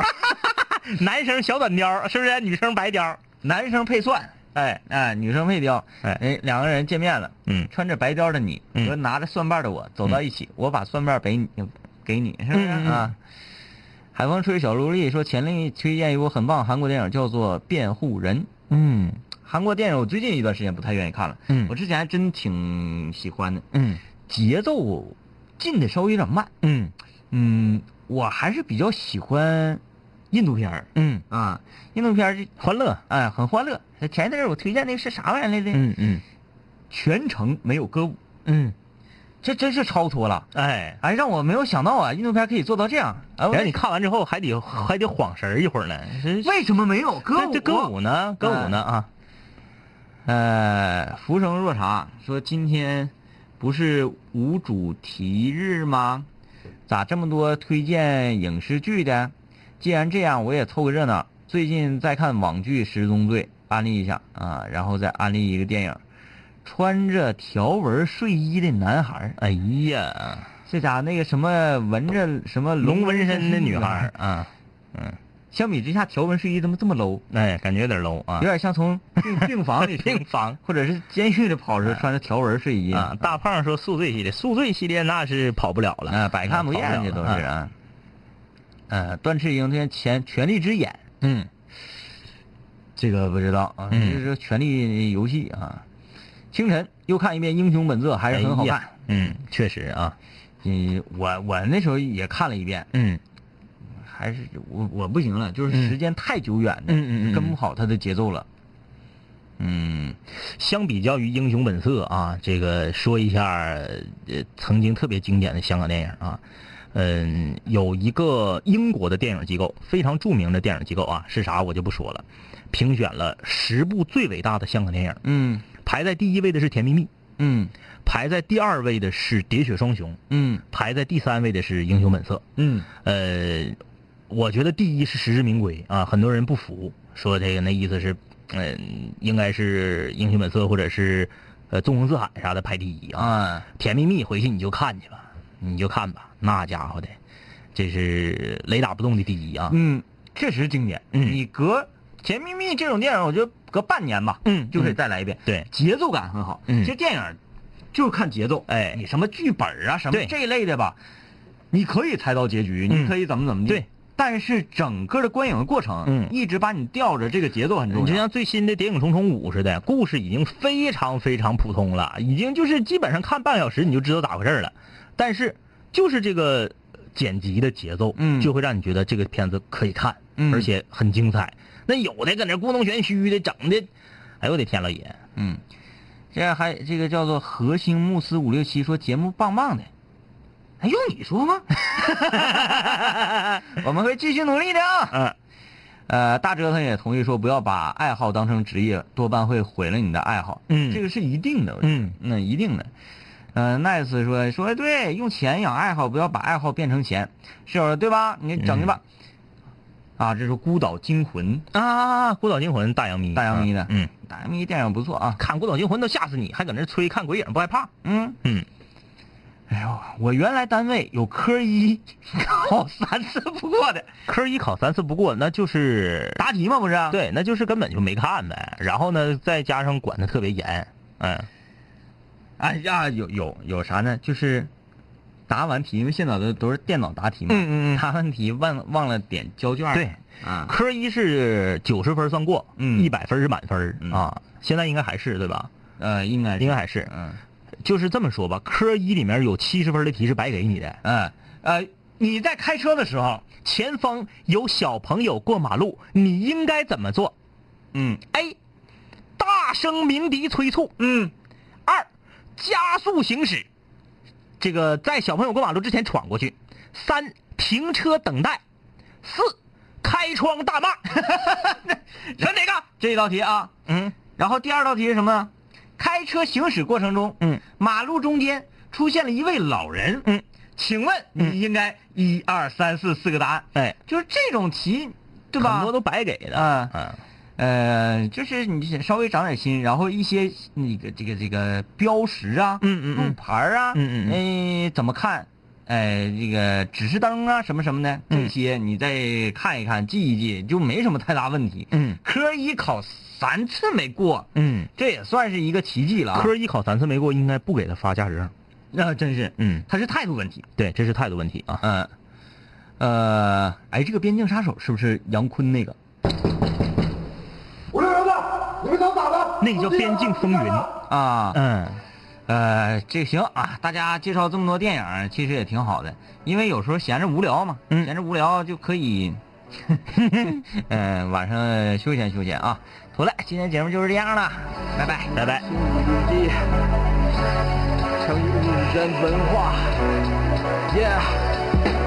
Speaker 4: 男生小短貂，是不是？女生白貂，
Speaker 3: 男生配蒜，
Speaker 4: 哎，
Speaker 3: 哎，女生配貂，
Speaker 4: 哎
Speaker 3: 哎，两个人见面了，
Speaker 4: 嗯
Speaker 3: 穿着白貂的你
Speaker 4: 嗯
Speaker 3: 和拿着蒜瓣的我走到一起，我把蒜瓣给你，给你，是不是
Speaker 4: 嗯嗯嗯
Speaker 3: 啊？海风吹小萝莉说，前另一推荐一部很棒的韩国电影，叫做《辩护人》。
Speaker 4: 嗯
Speaker 3: 韩国电影我最近一段时间不太愿意看了，
Speaker 4: 嗯
Speaker 3: 我之前还真挺喜欢的，
Speaker 4: 嗯
Speaker 3: 节奏进的稍微有点慢，
Speaker 4: 嗯
Speaker 3: 嗯，我还是比较喜欢印度片儿
Speaker 4: 嗯，
Speaker 3: 啊，印度片儿这
Speaker 4: 欢乐，
Speaker 3: 哎很欢乐。前一阵儿我推荐那个是啥玩意儿来着？
Speaker 4: 嗯嗯
Speaker 3: 全程没有歌舞，
Speaker 4: 嗯，
Speaker 3: 这真是超脱了。
Speaker 4: 哎，
Speaker 3: 哎，让我没有想到啊，印度片可以做到这样。哎，
Speaker 4: 然后
Speaker 3: 我
Speaker 4: 你看完之后还得还得晃神儿一会儿呢，这
Speaker 3: 为什么没有歌
Speaker 4: 这
Speaker 3: 舞？啊
Speaker 4: 这歌舞
Speaker 3: 哎
Speaker 4: 呢？歌舞呢啊？
Speaker 3: 呃，浮生若茶说今天不是无主题日吗？咋这么多推荐影视剧的？既然这样，我也凑个热闹。最近在看网剧《十宗罪》，安利一下啊，然后再安利一个电影《穿着条纹睡衣的男孩儿》。
Speaker 4: 哎呀，
Speaker 3: 这家伙那个什么纹着什么
Speaker 4: 龙纹身的女孩儿
Speaker 3: 儿，
Speaker 4: 啊，
Speaker 3: 相比之下条纹睡衣怎么这么 low？
Speaker 4: 哎，感觉有点 low 啊
Speaker 3: 有点像 从病病房里病房或者是监狱里跑出来穿着条纹睡衣
Speaker 4: 啊！大胖说宿醉系列，宿醉系列那是跑不了了，
Speaker 3: 啊，百看不厌这都是
Speaker 4: 啊。
Speaker 3: 啊。呃，段赤英这前《权力之眼》
Speaker 4: 嗯
Speaker 3: 这个不知道啊，
Speaker 4: 嗯
Speaker 3: 这是《权力游戏》啊。清晨又看一遍《英雄本色》，还是很好
Speaker 4: 哎呀
Speaker 3: 看。
Speaker 4: 嗯，确实啊，
Speaker 3: 嗯，我我那时候也看了一遍，
Speaker 4: 嗯。
Speaker 3: 还是我我不行了，就是时间太久远了，
Speaker 4: 嗯嗯嗯嗯
Speaker 3: 跟不好他的节奏了。
Speaker 4: 嗯，相比较于《英雄本色》啊，这个说一下呃曾经特别经典的香港电影啊，嗯，有一个英国的电影机构，非常著名的电影机构啊，是啥我就不说了，评选了十部最伟大的香港电影，
Speaker 3: 嗯
Speaker 4: 排在第一位的是《甜蜜蜜》，
Speaker 3: 嗯
Speaker 4: 排在第二位的是《喋血双雄》，
Speaker 3: 嗯
Speaker 4: 排在第三位的是《英雄本色》。
Speaker 3: 嗯
Speaker 4: 呃，我觉得第一是实至名归啊，很多人不服，说这个那意思是，嗯、应该是《英雄本色》或者是呃《纵横四海》啥的排第一啊，
Speaker 3: 啊
Speaker 4: 甜蜜蜜》回去你就看去吧，你就看吧，那家伙的，这是雷打不动的第一啊。
Speaker 3: 嗯，确实经典。
Speaker 4: 嗯
Speaker 3: 你隔《甜蜜蜜》这种电影，我觉得隔半年吧，
Speaker 4: 嗯
Speaker 3: 就可以
Speaker 4: 嗯
Speaker 3: 再来一遍。
Speaker 4: 对
Speaker 3: 节奏感很好。
Speaker 4: 嗯
Speaker 3: 其实电影就是看节奏。
Speaker 4: 哎
Speaker 3: 你什么剧本啊，什么
Speaker 4: 对
Speaker 3: 这一类的吧，你可以猜到结局，
Speaker 4: 嗯
Speaker 3: 你可以怎么怎么地。
Speaker 4: 对。
Speaker 3: 但是整个的观影的过程，
Speaker 4: 嗯
Speaker 3: 一直把你吊着，这个节奏很
Speaker 4: 你
Speaker 3: 重
Speaker 4: 就
Speaker 3: 要。
Speaker 4: 像最新的《谍影重重五》似的，故事已经非常非常普通了，已经就是基本上看半个小时你就知道咋回事儿了。但是就是这个剪辑的节奏，
Speaker 3: 嗯
Speaker 4: 就会让你觉得这个片子可以看，
Speaker 3: 嗯
Speaker 4: 而且很精彩。那有的搁那故弄玄虚的，整的，哎呦我的天老爷，
Speaker 3: 嗯，这还这个叫做核心慕斯五六七说节目棒棒的，还用你说 吗？我们会继续努力的啊。
Speaker 4: 嗯，
Speaker 3: 呃，大折腾也同意说不要把爱好当成职业，多半会毁了你的爱好。
Speaker 4: 嗯
Speaker 3: 这个是一定的。我觉得
Speaker 4: 嗯，
Speaker 3: 那一定的。呃，nice 说说对，用钱养爱好，不要把爱好变成钱，是有的对吧？你整
Speaker 4: 嗯
Speaker 3: 去吧。啊，这是孤岛惊魂，
Speaker 4: 啊，《孤岛惊魂》大洋迷，
Speaker 3: 大洋迷的
Speaker 4: 嗯，
Speaker 3: 大家迷电影不错啊。
Speaker 4: 看《孤岛惊魂》都吓死你，还搁那吹看鬼影不害怕？
Speaker 3: 嗯，
Speaker 4: 嗯，
Speaker 3: 哎呦，我原来单位有科一 考三次不过的，
Speaker 4: 科一考三次不过，那就是
Speaker 3: 答题嘛不是？，啊
Speaker 4: 对，那就是根本就没看呗。然后呢，再加上管的特别严，嗯
Speaker 3: 哎呀，有有有啥呢？就是答完题，因为现在都都是电脑答题嘛，
Speaker 4: 嗯嗯嗯
Speaker 3: 答完题忘忘了点交卷儿，
Speaker 4: 对
Speaker 3: 啊，
Speaker 4: 科一是九十分算过，
Speaker 3: 嗯
Speaker 4: 一百分是满分、
Speaker 3: 嗯
Speaker 4: 啊。现在应该还是对吧？
Speaker 3: 呃，应该是
Speaker 4: 应该还是
Speaker 3: 嗯
Speaker 4: 就是这么说吧，科一里面有七十分的题是白给你的。
Speaker 3: 嗯呃，你在开车的时候，
Speaker 4: 前方有小朋友过马路，你应该怎么做
Speaker 3: 嗯
Speaker 4: ？A. 大声鸣笛催促。
Speaker 3: 嗯
Speaker 4: 二，加速行驶，这个在小朋友过马路之前闯过去。三，停车等待。四，开 窗大骂。 选哪个？
Speaker 3: 这一道题啊，
Speaker 4: 嗯
Speaker 3: 然后第二道题是什么呢？开车行驶过程中，
Speaker 4: 嗯，
Speaker 3: 马路中间出现了一位老人，
Speaker 4: 嗯，
Speaker 3: 请问你应该一二三四四个答案，
Speaker 4: 哎，
Speaker 3: 就是这种题，对吧？
Speaker 4: 很多都白给的。
Speaker 3: 啊
Speaker 4: 嗯
Speaker 3: 呃，就是你稍微长点心，然后一些那个这个这个标识啊，
Speaker 4: 嗯嗯嗯
Speaker 3: 路牌儿啊，
Speaker 4: 嗯嗯
Speaker 3: 哎，怎么看？哎，这个指示灯啊，什么什么的，
Speaker 4: 嗯
Speaker 3: 这些你再看一看，记一记，就没什么太大问题。
Speaker 4: 嗯
Speaker 3: 科一考三次没过，
Speaker 4: 嗯，
Speaker 3: 这也算是一个奇迹了啊。
Speaker 4: 科一考三次没过，应该不给他发驾驶证。
Speaker 3: 那、真是，
Speaker 4: 嗯，
Speaker 3: 他是态度问题。
Speaker 4: 对，这是态度问题啊。
Speaker 3: 嗯、呃，哎，这个《边境杀手》是不是杨坤那个？
Speaker 4: 那个叫边境风云。
Speaker 3: 啊，
Speaker 4: 嗯
Speaker 3: 呃，这行啊，大家介绍这么多电影，其实也挺好的，因为有时候闲着无聊嘛，
Speaker 4: 嗯
Speaker 3: 闲着无聊就可以， 嗯、晚上休闲休闲啊。妥了，今天节目就是这样了，拜拜，
Speaker 4: 拜拜。
Speaker 5: 强于日人文化。Yeah，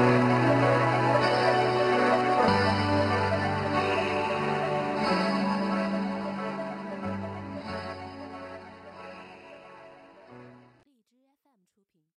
Speaker 6: Thank